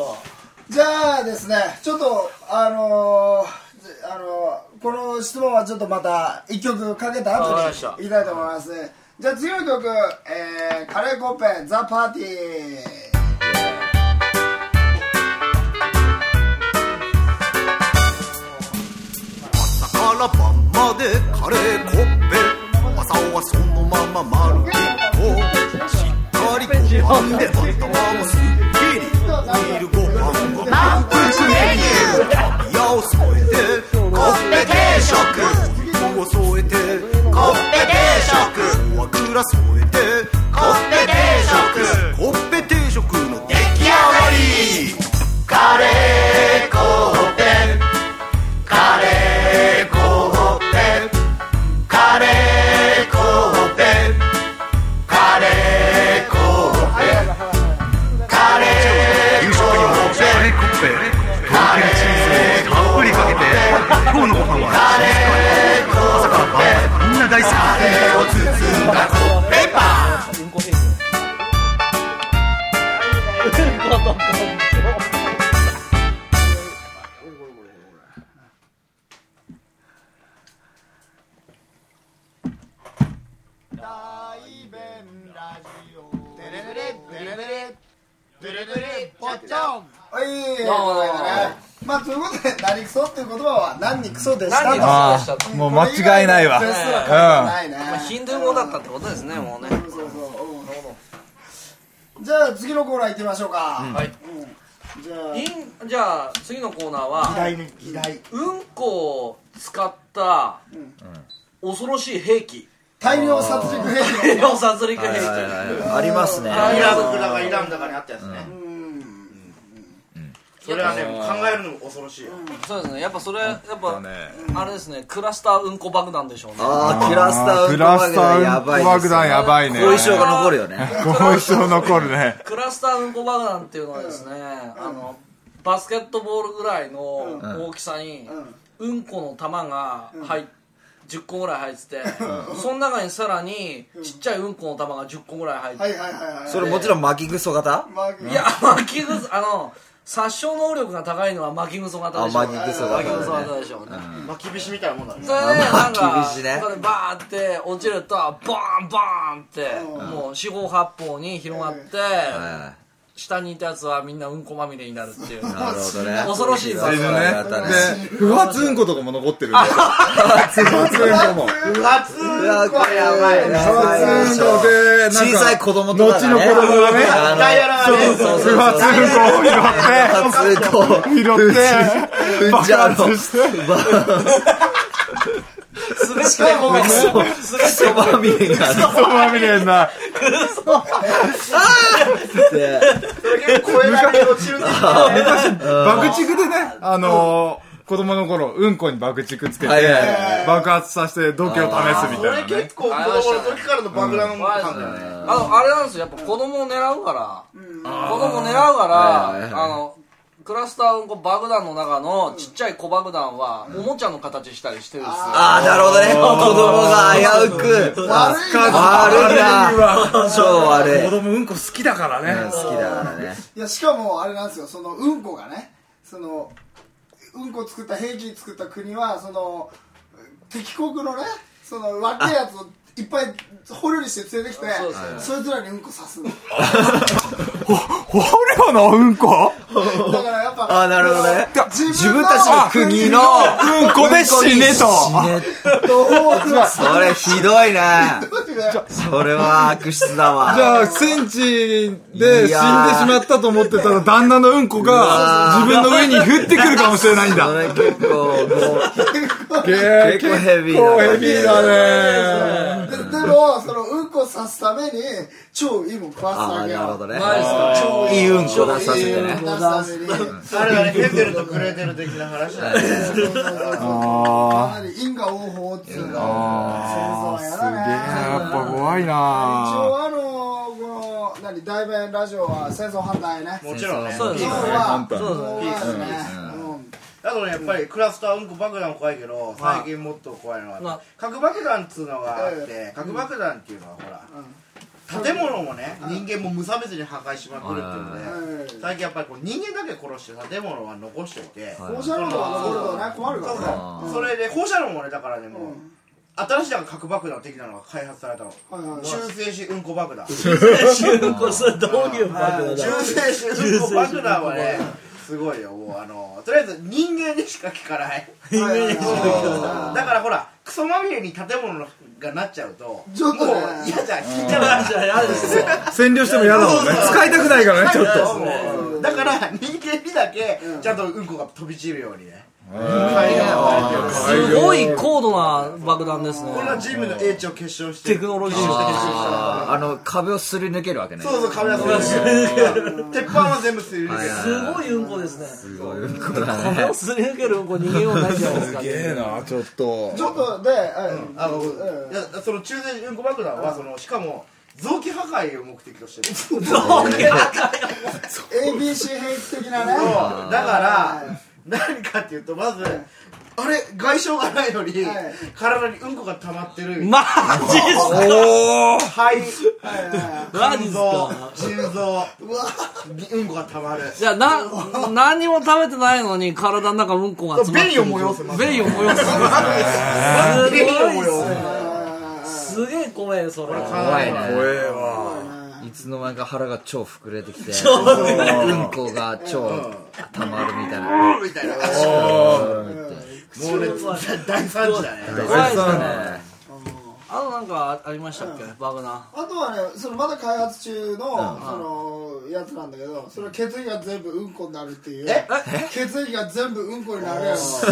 C: じゃあですねちょっとあのーじあのーこの質問はちょっとまた一曲かけた後
A: わかり
C: に
A: ました
C: いきたいと思いますじゃあ次の曲、えーカレーコンペザ・パーティー
I: 朝から晩までカレーコッペ朝はそのまま丸一個しっかりご飯で頭もすっきりお昼ご飯が満腹メニュータピヤを添えてコッペ定食お肉を添えてコッペ定食フォアグラ添えてコッペ定食コッペ定食の出来上がりカレーコッペカレーコーペカレーコーペカレーコーペカレーコーペカレーコーペカレーコーペたっぷりかけて今日のご飯はカレーコーペ朝から晩までみんな大好きカレーを包んだコッペパン
C: はいはいまあということで「何クソ」っていう言葉は「何にクソ」でしたと
A: 何にクソ
D: あー、もう間違いないわ。
C: これ以外のベストな回
D: うん
C: 答。ないね
A: ヒンドゥー語だったってことですねもうね
C: そうそううんじゃあ次のコーナー行ってみましょうかはいじゃあ
A: インじゃあ次のコーナーは
E: 大ね議題
A: うんこを使った恐ろしい兵器 (laughs)
C: 大量殺人兵器
A: 大量殺戮兵器
B: ありますね
A: あ
E: イ
A: り
E: ラ
A: ま
E: クだかイランだかにあったやつねそれはねもう考えるのも恐ろしいよ
A: そうですねやっぱそれやっぱ
D: ね
A: あれですねクラスターうんこ爆弾でしょうね
B: あークラスターウ
D: ク
B: ンコ爆
D: ラスタ
B: 弾や
D: ー
B: ばい
D: 爆弾やばい
B: で
D: ね。
B: す後遺症が残るよね
D: 後遺症残るね。
A: クラスターうんこ爆弾っていうのはですね、あのバスケットボールぐらいの大きさにうんこの玉が入っ10個ぐらい入ってて、その中にさらにちっちゃいうんこの玉が10個ぐらい入って
C: はいはいはいはい
B: それもちろん巻きぐそ型
C: マーク
A: いや巻きぐそあの殺傷能力が高いのは巻きぐそ型でしょうね
B: あ巻きぐそ
A: 巻
B: 型だね
A: きぐそ型でしょうね、
E: まあ厳しみたいなもんだね
A: それでなん
B: まあ
A: か
B: 厳しいね
A: そこでバーって落ちるとバーンバーンってもう四方八方に広がって
B: はい
A: 下にいたやつはみんなうんこまみれになるっていう
H: なるほどね。
A: 恐ろしいぞ
H: それ
A: そ
H: はまたね。
D: で、不発うんことかも残ってるんで。不発うんこも。
H: うわ、これやばい。
D: 不発うんこで、なんか、
B: 小さい子供とかがね。
D: 後の子供がね
B: あの
E: ダイヤラがね
B: そうそう
D: 不
B: そう。
D: 発うんこを拾
B: 初こう、
D: って、拾って、
B: うん
D: 爆
B: ちゃんの
D: 発して、
B: そばみれになる
D: そうまみれんな。
B: って。
E: 声がけ落ちるんだ
D: 爆竹でね、あのー、子供の頃、うんこに爆竹つけて
B: はいはいは、
D: 爆発させて度胸を試すみ
E: こ
D: た
E: れ
D: いなね。
E: 結構子供の時からの爆弾の感だよね
A: あのあれなんですよやっぱ子供を狙うから、子供を狙うから、
B: はいはいはい
A: あのクラスターうんこ爆弾の中のちっちゃい小爆弾は、おもちゃの形したりしてるんですよ
B: ああ、なるほどね。子供が危うく。あ
C: 悪いな
B: 悪いな。超悪い。
D: 子
B: うん
D: 供うんこ好きだから
B: 好
D: ね。
B: きだからね。
C: いやしかもあれなんですよそのうんこがねそのうんこ作った兵器作った国はその敵国のねその若いやつをいっぱい捕虜にして連れてきて
A: そうですよね
C: そいつらにうんこ刺すの
D: 捕虜のうんこ
C: だからやっぱ
B: ああ、なるほどね。
C: 自
B: 自
C: 分
B: 分
C: た
B: た
C: ち
B: ち
C: の国の
B: の国の、
D: うんこで死ねと。
B: それひどいな。それは悪質だわ。
D: じゃあ、戦地で死んでしまったと思ってたら、旦那のうんこが自分の上に降ってくるかもしれないん
B: そ
D: だ。
B: れ結構、も
D: 結
B: 結構ヘビーだね
D: 構ヘビーだね。
C: ででもそのうんこ刺すために超いいもん食わす
B: あ
C: わ
B: あ、
C: け
B: なるほ
C: よ
B: どね。
A: マジっすか
C: 超
B: いいうんこ出さ
C: い
B: せ
C: い
B: て
C: うん
B: ね。
C: こ出すために
E: あれだねヘンゼルとグレーテル的な話だね
D: あ
C: かなり因果応報っていう
D: ー
C: の
D: あー、
C: 戦
D: す
C: 争やだね
D: げえな、やっぱ怖い
C: 一
D: な。
C: 応あのこの何大弁ラジオは戦争反対ね
E: もちろんね
A: そうです
C: 今日
A: ね
C: は
D: そうそう
C: 今日はねうん
E: あとねやっぱりクラスターうんこ爆弾も怖いけど最近もっと怖いの
A: ま
E: は
A: あ
E: 核爆弾っつうのがあって核爆弾っていうのはほら建物もね人間も無差別に破壊しまくるっていうので
C: うん
E: 最近やっぱりこう人間だけ殺して建物は残しておいて
B: はい
C: 放射能とか残るとね困るか
E: そう
C: らね
E: そうそれで放射能もねだからねもう新しいなんか核爆弾的なのが開発されたの
C: はいはいはい
E: 中性子うんこ爆弾
A: これどういう
E: 中性子うんこ爆弾はねすごいよもうあのとりあえず人間にしか効かない
C: はい
E: そうだからほらクソまみれに建物がなっちゃうと
C: ちょっとね
E: もう嫌じゃん聞いたら
A: じゃあやですよ
D: 占領しても嫌だもんね。使いたくないからね、ちょっと。
E: そうだから人間にだけちゃんとうんこが飛び散るようにね
A: すごい高度な爆弾ですね
E: これがジムの英知を結晶して
A: テクノロジーを
B: あーあの、壁をすり抜けるわけね。
E: そうそうカメラする鉄板は全部する
B: はいはい
A: すごいうんこですね
B: すごいうんこだ
A: これ
B: ね
A: を。すり抜けるうんこ逃げようないじゃないですか
D: な、ちょっと
C: ちょっとでうん
E: あの、
C: うん
E: いやその中性子うんこ爆弾はそのしかも臓器破壊を目的としてるそう
C: ABC 兵器的なね
E: だから何かっていうとまずあれ外傷がないのに、
C: はい
E: 体にうんこが溜まって
A: マジっ
E: る
A: すか
E: 肺
C: はいはいは
A: マジっ
E: 心
A: す
E: 臓
A: か
E: 心臓にうんこが溜まる
A: じゃあな何も食べてないのに体の中うんこが詰まってる
E: そう便意を催すまず
A: 便意を催すす
E: 便意を
A: ごいっすね
C: い
A: すげえ怖えそれ
B: 怖い
D: 怖
B: ね。
D: えわ。
B: いつの間にか腹が超膨れてきて、うんこが超溜まるみたいな。
E: みたいな
B: うんって
E: もうね大惨事だね
A: 怖いっす
B: 大切
A: ね
B: だね。
A: あとなんかありましたっけバグナ
C: あとはねそのまだ開発中のそのやつなんだけどそれは血液が全部うんこになるっていう
E: え
C: 血液が全部うんこになるやつ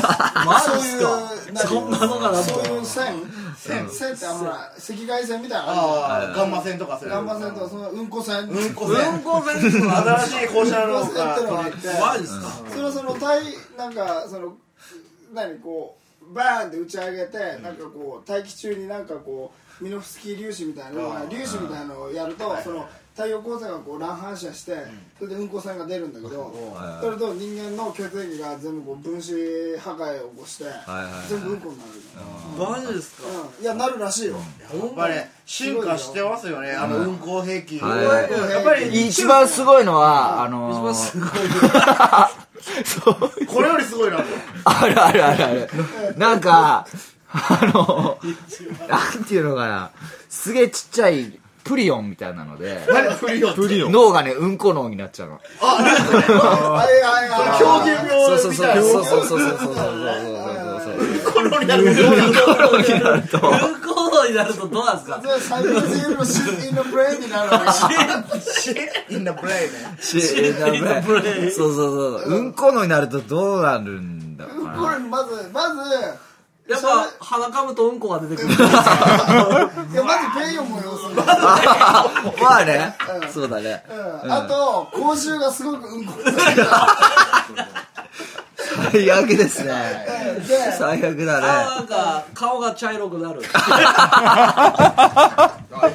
A: マ
C: そう
A: ジっ
C: い
A: す
C: う
A: か
C: 何
A: そんなのがな
C: そういう線線線ってあのほら赤外線みたいなのあるじゃん
E: ああガンマ線とかそういう
C: ガンマ線とかそのうんこ線
E: うんこ
A: うん
E: 線
A: こ全部の
E: 新しい放射能が
C: ってのがあって
A: マジっすか
C: それはその体なんかその何こうバーンって打ち上げてなんかこう大気中になんかこうミノフスキー粒子みたいな粒子みたいなのをやるとその太陽光線がこう乱反射してそれでうんこ線が出るんだけどそれと人間の血液が全部こう分子破壊を起こして全部うんこになる
A: マジっすか
C: うんいやなるらしいよ
E: やっぱりね進化してますよねあの運行兵器
B: はい
E: やっぱり
B: 一番すごいのは、あのー、 (laughs)
E: これよりすごいなと
B: あるあるあるある。なんか、あの、なんていうのかな。すげえちっちゃいプリオンみたいなので、
E: 何振りよ (laughs) って
D: プリオン。
B: 脳がね、うんこ脳になっちゃうの。
C: はいはいはい
E: 狂言
B: そうそう
E: 病み
B: そう
E: たい
B: そ
E: な
B: うそうそうそうそうそうそうそう
E: コロになる
A: 運行になるとどうなんですか
C: サイコロジーのシンのブレインになるわけ
E: インナブレイね
B: そうそうそうそううんこ脳になるとどうなるんだろう
C: こ
B: な
C: れまずまず
A: やっぱ鼻かむとうんこが出てくる
C: いやまずペイヨンも要するに
B: まあねそうだね
C: うんあと口臭がすごくうんこ
B: 最悪ですね
C: で
B: 最悪
A: あ
B: だね
A: なんか顔が茶色くなる
C: 黒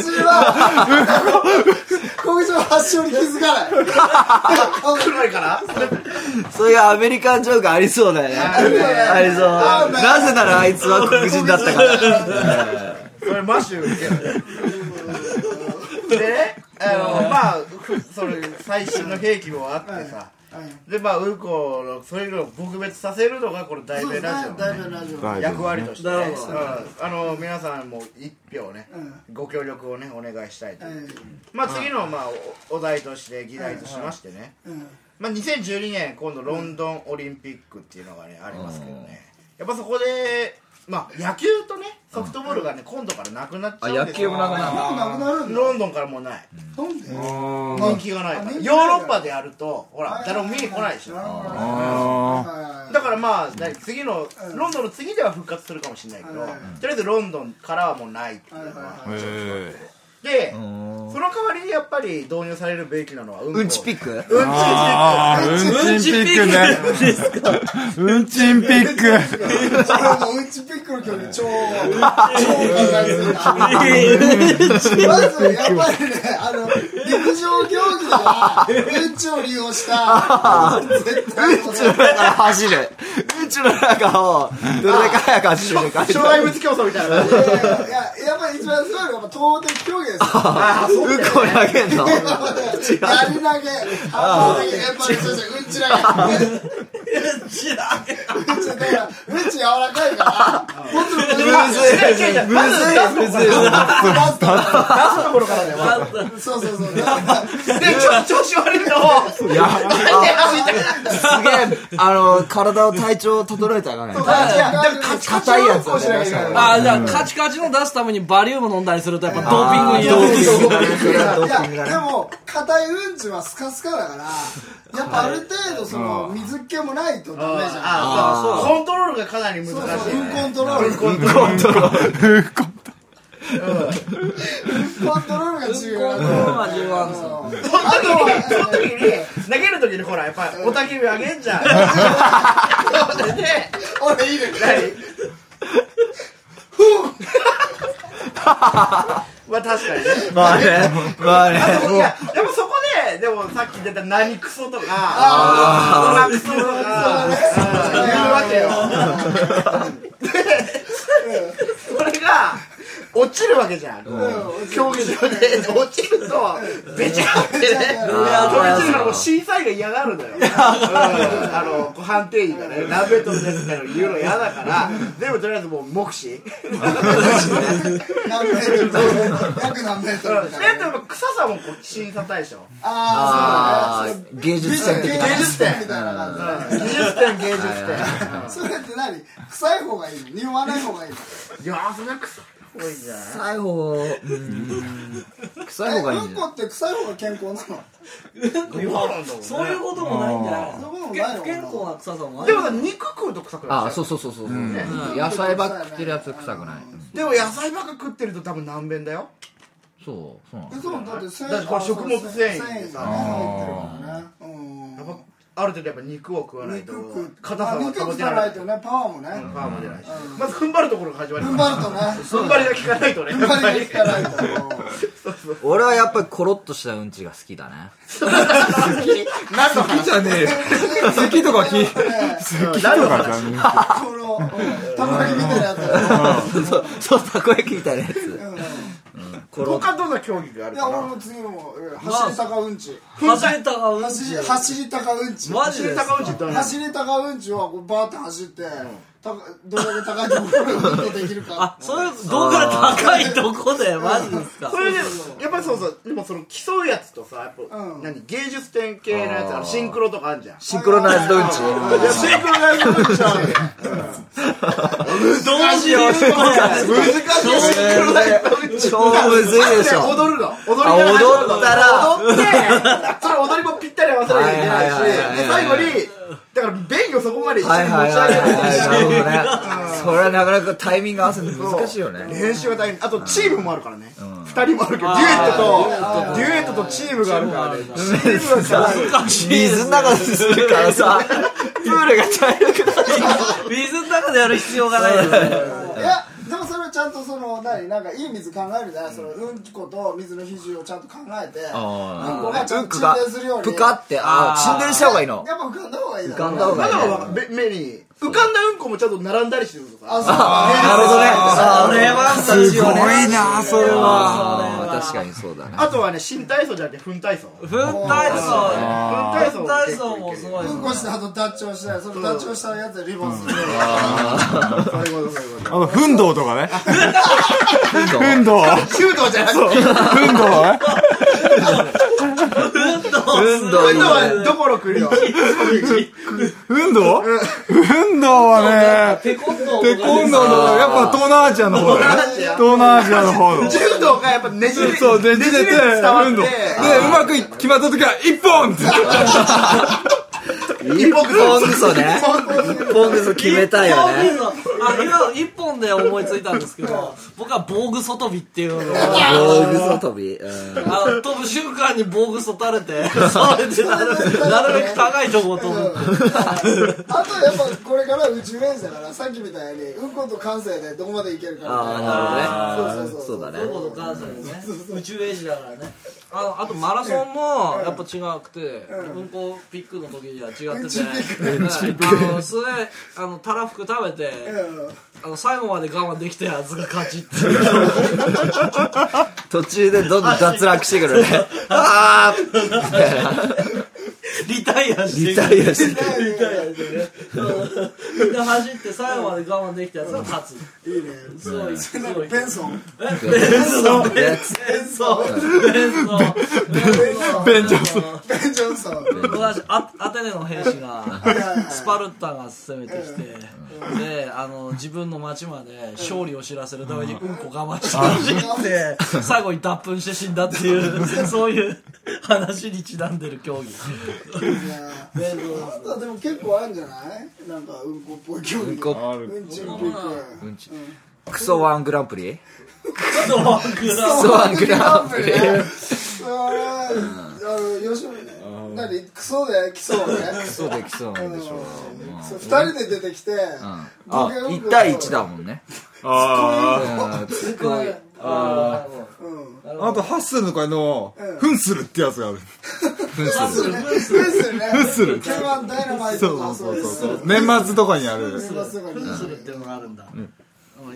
C: 人は黒人は発症に気づかない
E: 黒いから
B: そういうアメリカンジョークありそうだよねありそうなぜならあいつは黒人だったから
E: それマシュー受けるでねあのまあふそれ最新の兵器もあってさでまあうんこのそういうのを撲滅させるのがこの大
C: そうです
E: 米
C: ね
E: ラジオ
C: だい
E: のね
C: ぶラジオ
D: 大丈
E: 役
D: 夫
E: 割としてね、
A: な
E: う
A: る
E: ん
A: ほど
E: あの皆さんも一票ね、ご協力をねお願いしたいと、まあ次のまあおお題として議題としましてね、
C: うん
E: まあ、2012年今度ロンドンオリンピックっていうのがね、ありますけどねやっぱそこで、まあ、野球とねソフトボールがね、今度からなくなっちゃうんです
B: あ野球
E: よ
B: もなくなる
C: もうなくなるんだ
E: ロンドンからもうない
C: なんで
E: 人気がないから
C: あ人
E: ヨー
C: 気ない
E: ロッパでやるとほら誰も見に来ないでしょ
D: あ
E: だからまあ何次のロンドンの次では復活するかもしれないけどとりあえずロンドンからはもうないっていうのは
D: ーへ
E: でその代わりにやっぱり導入されるべきなのはうんこ
B: うんちピッ
E: (laughs)
B: ク
E: うんちピック
D: ーあー、うんちんピックね。うんちんピック。
C: 俺もうんちピックの曲に超超長いですまずやっぱりねあの陸上競技ではうんちを利用した絶対こ
B: 宇宙の中走る宇宙の中をどれだけ早く走れるか
E: 障害物競争みたいな感じ
C: れいやいややっぱり一番すごいのはやっぱ投擲競技ですよ
B: うんこ投げんの
C: やり投げ、あ投げ、やっぱりそうそう、うんち投げ。うんち投げ。うんちだから、うんち柔らかいから、もっと
B: むずいむずいむずい
E: 出すところからだよ
C: そうそうそう。だから
E: で、ちょっと調子悪いの。やなんで走ったかな。
B: すげえあの体を体調を整えたらね
C: いや、だから、
B: 硬いやつをね出したら
A: あーじゃあカチカチの出すためにバリウム飲んだりするとやっぱドーピングになる
B: ドーピングがドーピン
C: い
B: グ
C: や、
B: が
C: でも、硬いうんちはスカスカだから、やっぱある程度、その、水っ気もないとダメじゃん。
E: ああ、コントロールがかなり難しい
C: そうそう、うんコ
E: ね。
C: ントロール。うんコントロールが重要だと。
E: その時に、その時に、投げる時に、ほら、やっぱ、おたけびあげんじ (laughs) ゃん。それで、
C: 俺いいね。
E: まあ、確かにね。
B: まあねまあね
E: あといや、でも、そこで、でも、さっき出た、何クソとか。ああ、クソとか。うん言うわけよ。で、それが。落ちるわけじゃん。競技場で落ちるとべちゃってね飛び散るからもう審査員が嫌がるんだよ、うんあのご判定員がね何メートルですみたいなの言うの嫌だから全部とりあえずもう目視
C: 何メートル約何メー
E: で
C: トルみたいな
E: やっぱ臭さもこう審査対象
C: ああ、そうだね。
B: 芸術
C: そう
B: 戦
C: だね
B: 的
C: 芸
B: な
C: 術点みたいな感じ。
E: 技術点芸術点
C: それって何臭い方がいいの匂わない方がいいの
E: いやーそれは臭いいじゃん
B: 臭い方うーん臭い方がいい
C: えうんんこって臭い方が健康なのそう
A: そういうこともないんじゃ
C: いうことも
A: な
C: な
A: い
C: いの
A: 不健康な臭さもない
E: でもさ肉食うと臭くな
B: あ
E: る
B: そうそうそうそう野菜ばっか食ってるやつ臭くない
E: でも野菜ばっか食ってると多分難便だよ
B: そうそうなの
C: そうだって繊
E: だってこれ食物繊維
C: 繊維がね入ってるからねうん
E: やっぱある程度やっぱ肉を食わないと
C: 肉食う
E: 硬さ
C: あ
E: が
C: 肉
E: 保
C: 食
E: て
C: わな
E: ら
C: い
E: れない
C: とねパワーもね
E: パワーも出ないしまず踏ん張るところが始まる
C: 踏
E: か
C: ん
E: ら
C: 張るとね
E: 踏ん張りが効かないとね
C: 踏ん張りが効かないと
B: 俺はやっぱりコロッとしたうんちが好きだね
E: 何の話
D: じゃねえよ。咳とか聞い咳とかじゃね
C: このうんたまに見てるやつだね
B: そうそうたこ焼きみたいなやつコロッ
E: 他どんな競技があ
C: い
E: る
C: や
E: か
C: 俺
E: な
C: も次もうん走り高うんち
A: 初めたがうんち
C: 走り走り高うんち
A: マジ
E: 走
A: で
E: り
A: すか
E: 高内ってある
C: 走り高うんちはこうバーって走ってたどれだけ高いところが運動できるか
A: あ、そういう、動画高いとこで、マジですか
E: そ。れでやっぱりそうそうでもその競うやつとさやっぱ、
C: うん
E: 何芸術点系のやつあのシンクロとかあるじゃん
B: シンクロナイズドうんち。
E: いやシンクロがやるとちゃうね
A: どうしよう、これ。
E: 難しいシンクロだよ
B: 超むずいで (laughs) しょ。
E: 踊るの踊り
B: あ
E: から始まるの
B: 踊ったら
E: 踊ってそれ踊りもぴったり合わせなきゃいけない
B: はいはいはいはい
E: しで最後にだから便宜をそこまで一緒
B: はい
E: に持
B: はい
E: ち
B: はい
E: 上げない
B: はい。なるほどね。それはなかなかタイミング合わせるの難しいよね。
E: 練習が大変あとチームもあるからね、二人もあるけどデュエットとデュエットとチームがあるからねチームがさ
B: (laughs) 水の中でするからさ、プールが茶色くなる。
A: 水の中でやる必要がないですね。
C: いやでもそれはちゃんとその何なんかいい水考えるじゃない、そのうんこと水の比重をちゃんと考えてうんこがちゃ
B: うんん
C: と
B: く
C: 沈
B: が
C: 殿するように
B: ぷかって、ああ、沈殿した方がいいの。
C: やっぱ浮かんだ方がいいだ
B: 浮
C: ろ
B: かんだ方が
E: ま
B: いい
E: だ
B: ね。
E: は目目に浮かんだうんこもちゃんと並んだりしてると
C: あ
E: か
C: そう
B: なるほどね。
A: それは難しい
D: すご
A: よね。
D: いな、それは。
B: あー確かにそうだね。
E: あとはね新体操じゃなくて粉体操
A: 分体操。
E: 粉体操
A: 分体操もすごいで
C: う
A: す
C: んこした後ダッチをしてそのダッチをしたやつでリボンする、
E: そういうことそういうこ
D: あと、ふんどうとかね。ふんどう。
E: と弓道じゃなくて
D: ふんどうね。
B: 運動いい
E: 今
B: ね。
E: はどころ (laughs) くるよ
D: ふんどうふんどうはね、
A: テコンド
D: テコンドーの、やっぱ東南アジアの方だよね。東南アジアの方の。
E: 柔道がやっぱねじれ
D: そう、ねじれて、
E: 伝わって
D: 運動。で、うまくい決まった時は、一本って。
B: 一本ぐそね。一本ぐそ決めたいよね。
A: あ今一本で思いついたんですけど僕は防具外びっていうのを
B: 大ぐそ飛び。うん
A: あの飛ぶ瞬間に防具外たれ
B: (laughs)
A: てそれでなるなるべく高いとこを飛ぶ
C: あとやっぱこれから宇宙連だからさっきみたいにうんこと感性でどこまでいけるかみたいな
B: ああ、なるほど
C: そうそ
B: ね。
C: う
B: そ
C: そう
B: うだね。
A: どこと関西ね宇宙エイジだからねあのあとマラソンもやっぱ違くてうんこピックの時には違っててはいあのそれあのたらふく食べてあの最後まで我慢できたやつが勝ちっていう
B: (laughs) 途中でどんどん脱落してくるね。ああ、
A: リタイアして
B: リタ (laughs) イアしてくる。
A: みたいなね。みんな走って最後まで我慢できたやつが勝つ。いいね。すごい、すごい。
C: ベンソン
B: ね
A: 戦争。戦争。
D: ベンチャーす
C: ベン・ジョンソン
A: 昔アアテネの兵士がスパルタが攻めてきてであの自分の町まで勝利を知らせるためにうんこ我慢して走って最後に脱粉して死んだっていうそういう話にちなんでる競技
C: あとはでも結構あるんじゃないなんかうんこっぽい競技うん
B: こ
C: うんちうんこ行く
B: クソワングランプリ
A: ドラクラ
B: クソワングランプリ
C: それはあの吉本何クソで来そうね
B: そうできそうなんでしょう。
C: そう二人で出てきて
B: あ、
C: 僕がうんこ
B: 1対1だもんね。
D: あ
B: うんツッコミ
D: ーあと、ハッスルの会の、ふんするってやつがある。
C: ですよね
D: ふんする。
C: K1 ダイナマイ
D: そ
C: ト
D: う
C: と
D: そ
C: か
D: うそ
C: そう
D: う
C: いう
D: そう。年末とかにある。
C: すがすがに
A: するっていうのがあるんだ。うん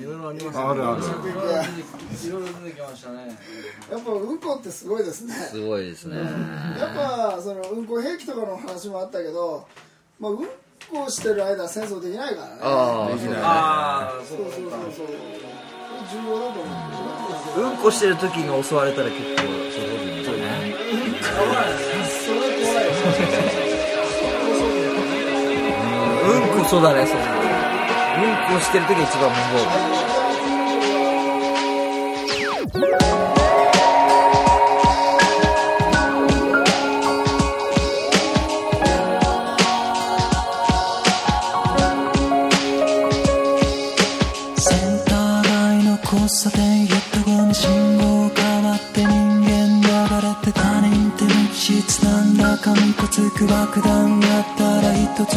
A: いろいろありますね。
D: あるある
A: いろいろ出てきいろいろ出てきましたね。
C: やっぱうんこってすごいですね
B: すごいですね。
C: やっぱそのうんこ兵器とかの話もあったけど、まあ、うんこしてる間は戦争できないからね
B: ああ、そうだね。
A: ああ、そう
C: そうそうそうそうこれ重要だと思う
B: うんこしてる時に襲われたら結構そこでね。
C: それ怖いよ
B: うんこそうだね、そうだね。うんこしてる時が一番無謀。
J: センター街の交差点やっとごめん信号変わって人間流れて他人って無機質なんだ紙こつく爆弾があったら一つ使っ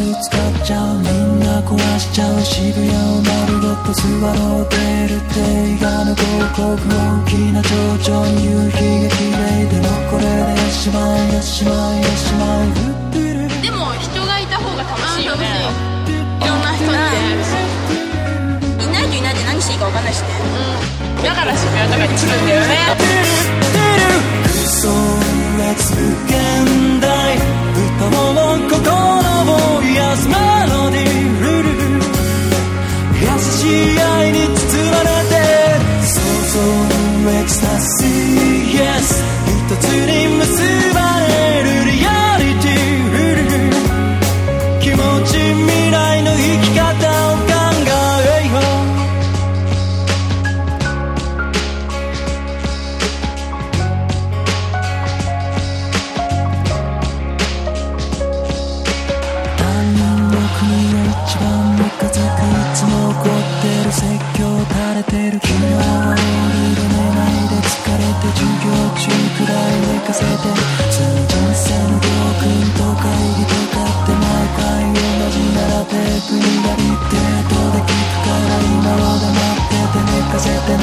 J: ちゃうみんな壊しちゃう渋谷を丸ごとスワローテルって映画の広告大きな頂上に夕日が綺麗でもこれでおしまいおしまいおしまい降ってる
K: でも人がいた方が楽しいよねいろんな人に出会えるしいないといないで何していいか分かんないしね、うん、だから渋谷とかに来るんだよね
J: 嘘はつけんだい歌も心を癒すメロディールルてる君は夜で寝ないで疲れて授業中くらい寝かせてその人生の教訓と会議とかって毎回同じならテープになりって後で聞くから今は黙ってて寝かせて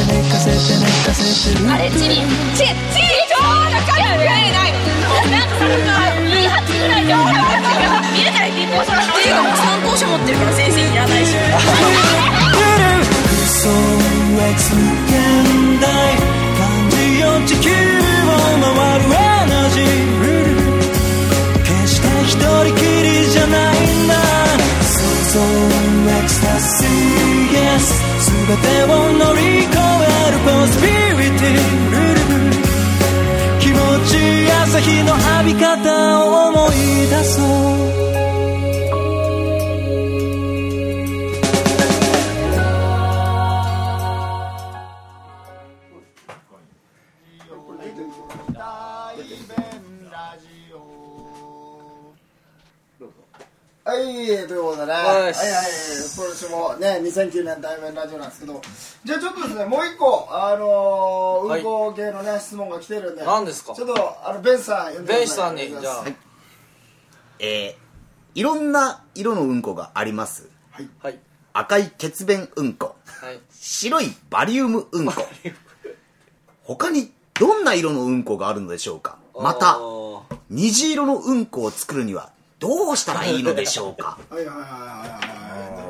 J: 寝かせて寝かせて寝かせてる
K: あれチリチリチリ超高い食えないなんかさいい発ぐらい超高い見れない貧乏さっていうかもう参考書持ってるから先生いらないし
J: 嘘はつけんだい感じよ地球を回るエナジー決して一人きりじゃないんだ想像エクスタシー Yes 全てを乗り越えるポスピリティ気持ちいい朝日の浴び方を思い出そう
C: はい、ということでね、はいはい、今年もね、2009年対面ラジオなんですけど、じゃあちょっとですね、もう一個、あのー、運行系のね、質問が来てるんで、
A: 何ですか
C: ちょっと、あの、ベンさん呼んでくだい、
A: ベンさんにじゃあ
C: はい
E: えー、いろんな色のうんこがあります。
A: はい。
E: 赤い血便うんこ。
A: はい。
E: 白いバリウムうんこ。他にどんな色のうんこがあるのでしょうかまた、虹色のうんこを作るにはどうしたらいいのでしょうか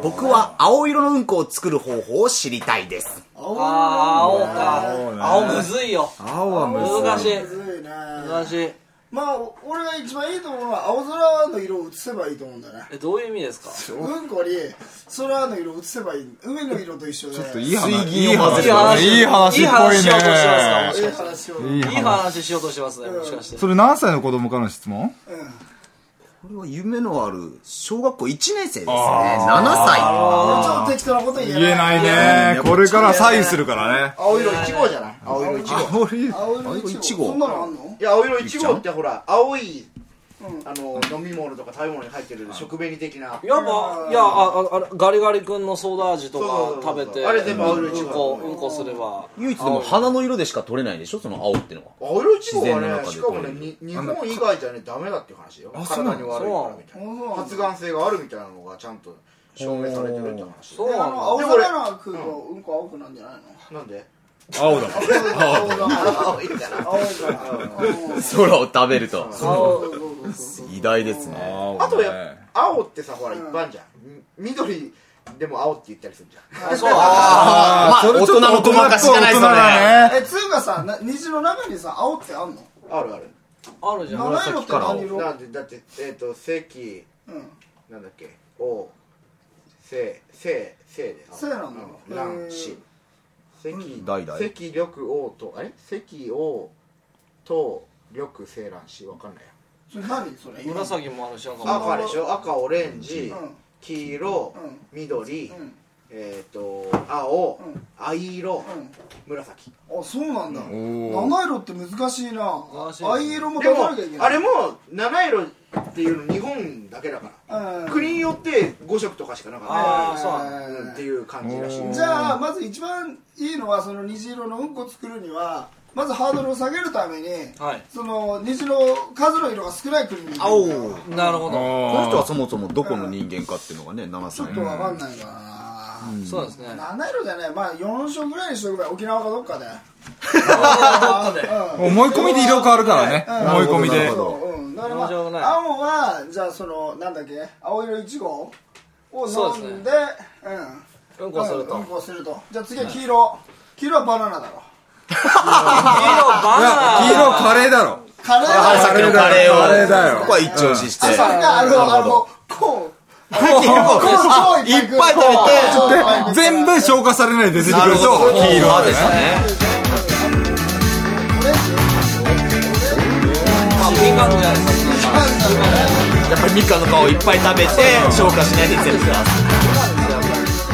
E: 僕は青色のうんこを作る方法を知りたいです。
A: あー、青か。青むずいよ。
E: 青
A: はむずい難しい
C: むずいね
A: 難しい。
C: まあ、お俺が一番いいと思うのは、青空の色を映せばいいと思うんだね。
A: え、どういう意味ですか
C: うんこに空の色を映せばいい海の色と一緒でちょっと
D: いい話水銀を混ぜるいい話
A: いい話しようとしてます
C: い
A: か
C: い話を
A: いい話しようとしてますね、もしかして。
D: それ何歳の子供からの質問
E: これは夢のある小学校1年生ですね。
D: あーあ
E: 7歳。
C: 適当なこと言えない
D: 言えないね。これから左右するからね。
E: 青色1号じゃない青色1号
C: 青色1号そんなのあんの
E: いや青色1号ってほら青いあの飲み物とか食べ物に入ってる食紅的な
A: やっぱ、いや、あ、ああれ、ガリガリ君のソーダ味とか食べて、
E: あれ全部青色
A: うんこ、うんこすれば。
L: 唯一でも花の色でしか取れないでしょその青ってのは
E: 青色1
L: 自
E: 号
L: 然の
E: はね
L: 中
E: し
L: で
E: か
L: 取
E: も
L: れ
E: ね
L: る
E: に日本以外じゃねダメだっていう話よ
L: あ
E: 体に悪いからみたい
C: な
E: 発がん性があるみたいなのがちゃんと証明されてるって話
C: そうなの青
E: でも俺
C: 空の空港うんこ青くなんじゃない
E: のなんで
L: 青だもん
C: 青だ
E: 青いから
C: 青いから
L: (laughs) 空を食べると
E: そう
L: 偉大ですね
E: あとやっぱ青ってさほら一般じゃんみ緑でも青って言ったりするじゃん
C: あそう
E: あー
L: まあ
E: それちょっと
L: 大人のごまかしじゃないですよね
E: 大人だ
C: えつうかさな虹の中にさ青ってあんの
E: あるある
A: ある
C: じゃん七色って何色
E: なんでだってえっ、と席なんだっけおせせせで
C: せなの
E: うんら
C: へー
E: んし席
L: 代々
E: 席緑王とあれ席王と緑青蘭しわかんないや
C: それ何それ
A: 紫もあるし、なんか
E: 赤でしょ赤オレンジ、
A: うん
E: 黄色、緑、えっ、と青、藍色、紫
C: あそうなんだ
E: お
C: 七色って難しいな藍色も
E: で
C: 出さ
E: も
C: なきゃいけない
E: あれも七色っていうの日本だけだから国によって5色とかしかなかった
C: あー
E: そうっていう感じらしい
C: じゃあまず一番いいのはその虹色のうんこ作るにはまずハードルを下げるために
A: はい。
C: その虹の数の色が少ない国に行くんだよ
A: なるほど
L: この人はそもそもどこの人間かっていうのがね7歳
C: ちょっとわかんないが
L: うん
A: そうですね。
C: 七色じゃないまあ四色ぐらいにしとけば沖縄かどっかで
D: もう思い込みで色変わるからね。思い込みで。
C: だからまあ青はじゃあそのなんだっけ青色1号を飲んでうん
A: うんこすると
C: うんこするとじゃあ次は黄色黄色はバナナだろ
D: 黄色カレーだろ。
C: カレー
D: あさっきのカレーを
L: カレーだよ
D: ここは一
L: 押し
C: あそれがあのあのコーン
D: コーン
C: コーン超いっぱい食べて
D: で全部消化されないで出てくると黄色だよね。
L: やっぱりミカの顔いっぱい食べて消化しないで全部出す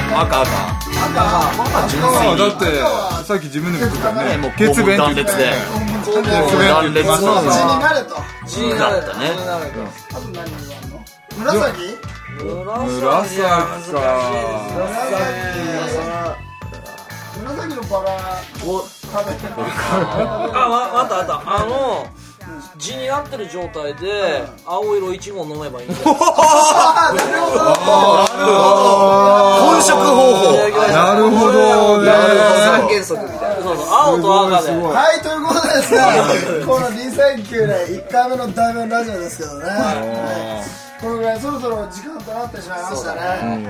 L: 赤赤
D: あだってさっき自分でも言ってたよね。もう血便って言ってたよね
C: 断裂
D: 血便って言ってました
C: 血に
D: ね
C: なれと
L: だったね
C: あと何があるの紫
A: 紫
D: 紫か。
C: 紫紫のバラ
A: お
C: 食べてる
A: あわわかったわかったあの地になってる状態で青色いちごを飲めば (laughs) いいんだよ
C: あーなるほど
A: 本色方法
D: なるほどね
A: 三原則みたいなそうそう青と赤で
C: はいということでですねこのリサイキューで1回目のダイブラジオですけどねはいこのぐらいそろそろ時間となってしまいましたね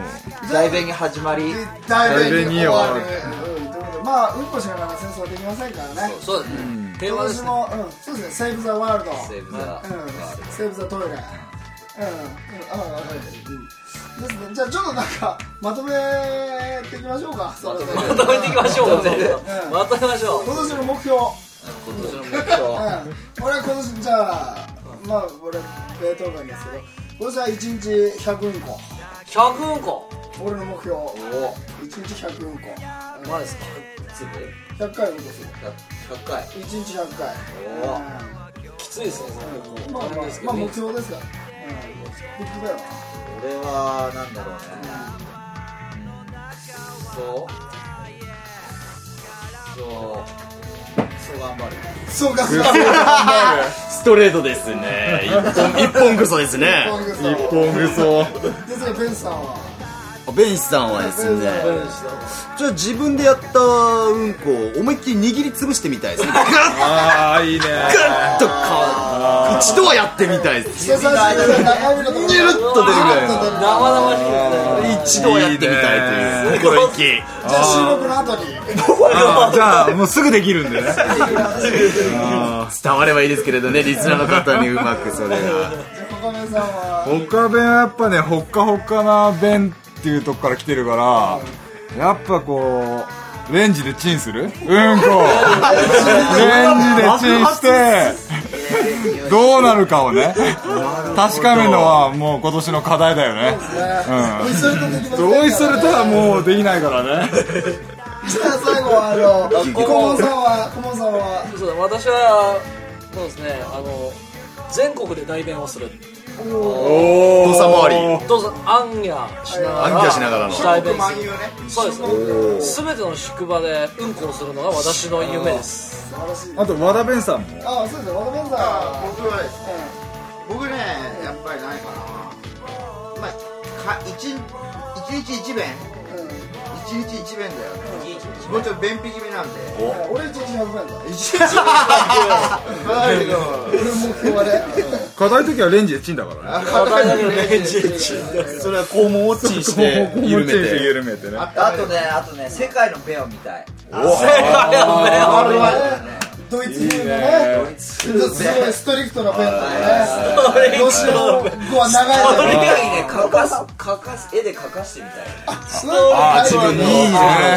E: 大便に始まり
C: 大便に終わるうんということでまあうんこしながら戦争はできませんからね
A: そうですね平和
C: 今
A: で
C: 年
A: すね
C: もうんそうですねセーブ・ザ・ワールド
A: セーブザ
C: うんセーブ・ザ・トイレうんうんああうんですねじゃあちょっとなんかまとめていきましょうかそれで
A: まとめていきましょうかまとめましょう
C: 今年の
A: 今
C: 目標
A: 年の目
C: うん
A: 標
C: 俺今年じゃあまあ俺ベートーベンですけど今年は1日100うんこ
A: 100うんこ
C: 俺の目標1日100うんこ
A: マジですかつぶ
C: 100回うんこする
A: 100回
C: 1日100回
A: おーきついですねそれ
C: まあまあ
A: あれですけ
C: ま
A: ど
C: あ
A: ね
C: 目標ですからうん本当だよ
E: 俺はなんだろうね
A: そうそう
E: そう頑張る
C: そうか
B: ストレートですね一本一本ぐそですね
C: 一
B: 本ぐそ
C: ですがベンさんは
B: ベンシさんはですねじゃあ自分でやったうんこを思いっきり握りつぶしてみたいですね
D: ああいいね
B: とか一度はやってみたいです
C: 人差し指と中指のとこ
B: ニュルッと出るぐらいの
A: 生々しい
B: 一度はやってみたいという心意気
C: じゃあ収録の後に
D: あーじゃあもうすぐできるんでね
B: 伝わればいいですけれどねリスナーの方にうまくそれが
C: 岡部さんは
D: 他弁はやっぱねほっかほっかな弁っていうとこから来てるからやっぱこうレンジでチンするうんこレンジでチンしてどうなるかをね確かめるのはもう今年の課題だよねうん同意するとはもうできないからね
C: じゃあ最後はあの顧問さんは顧問さんは
A: そうだ私はそうですねあの全国で代弁をする
B: おお土佐回り
A: どうぞアンギャしながら
B: アンギャしながらの
A: 代弁す
C: 万有
A: る
C: ね
A: そう
D: お
A: です全ての宿場でうんこをするのが私の夢です
C: 素晴らしい
D: あと和田弁さんも
C: ああそうですよ和田ベンさんは
M: 僕はですね僕ねやっぱり何かなまあか一日一日一弁一日一弁だよねもうちょっと便秘気味なんで
C: うん俺1日100円だ
M: 一日100だけど
C: 俺の目標はね
D: 課題の時はレンジでチンだからね
B: それは肛門をチンして緩め
D: チンして
B: て
D: 緩めてね
E: あとねあとね世界のペアみたい
C: あれはドイツ風のねドイツ風のすごいストリクトなペンだよねロシア語は長い
E: 俺
C: けど
E: がね描かす描かす絵で描かしてみたい
C: すごいあ
D: 自分のいいね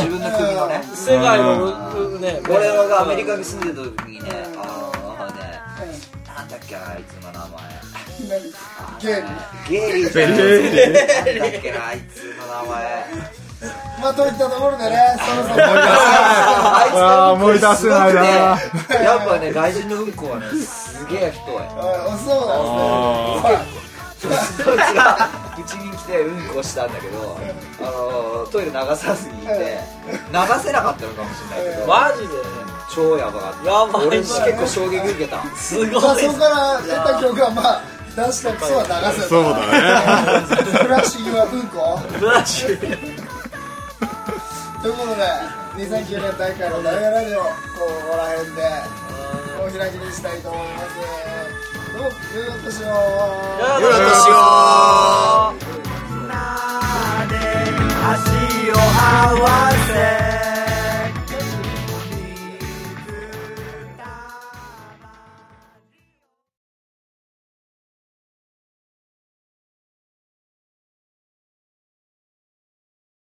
E: 自分の首をね
A: 世界のね
E: 俺がアメリカに住んでた時にねあのねなんだっけなあいつの名
C: ゲーム
E: 前ゲイリー
D: ベリ
E: なんだっけなあいつの名前
C: まあといったところでねそろそろ (laughs)
D: あー思い出せないな
E: やっぱね外人のうんこはねすげえ人や
C: おそうなんですね
E: そいつがうちに来てうんこしたんだけどあのトイレ流さずにいて流せなかったのかもしれないけど
A: マジで
E: 超やばかった
A: やばい
E: 俺結構衝撃受けた
A: すごい
C: まあそこから得た曲はまあ出したクソは流せ
D: そうだね
C: フラッシュはうんこ
A: ブラシ
C: ということで2009年大会のダイヤラジオここら辺でお開きにしたいと思いますどうもよいお年を
A: よいお年を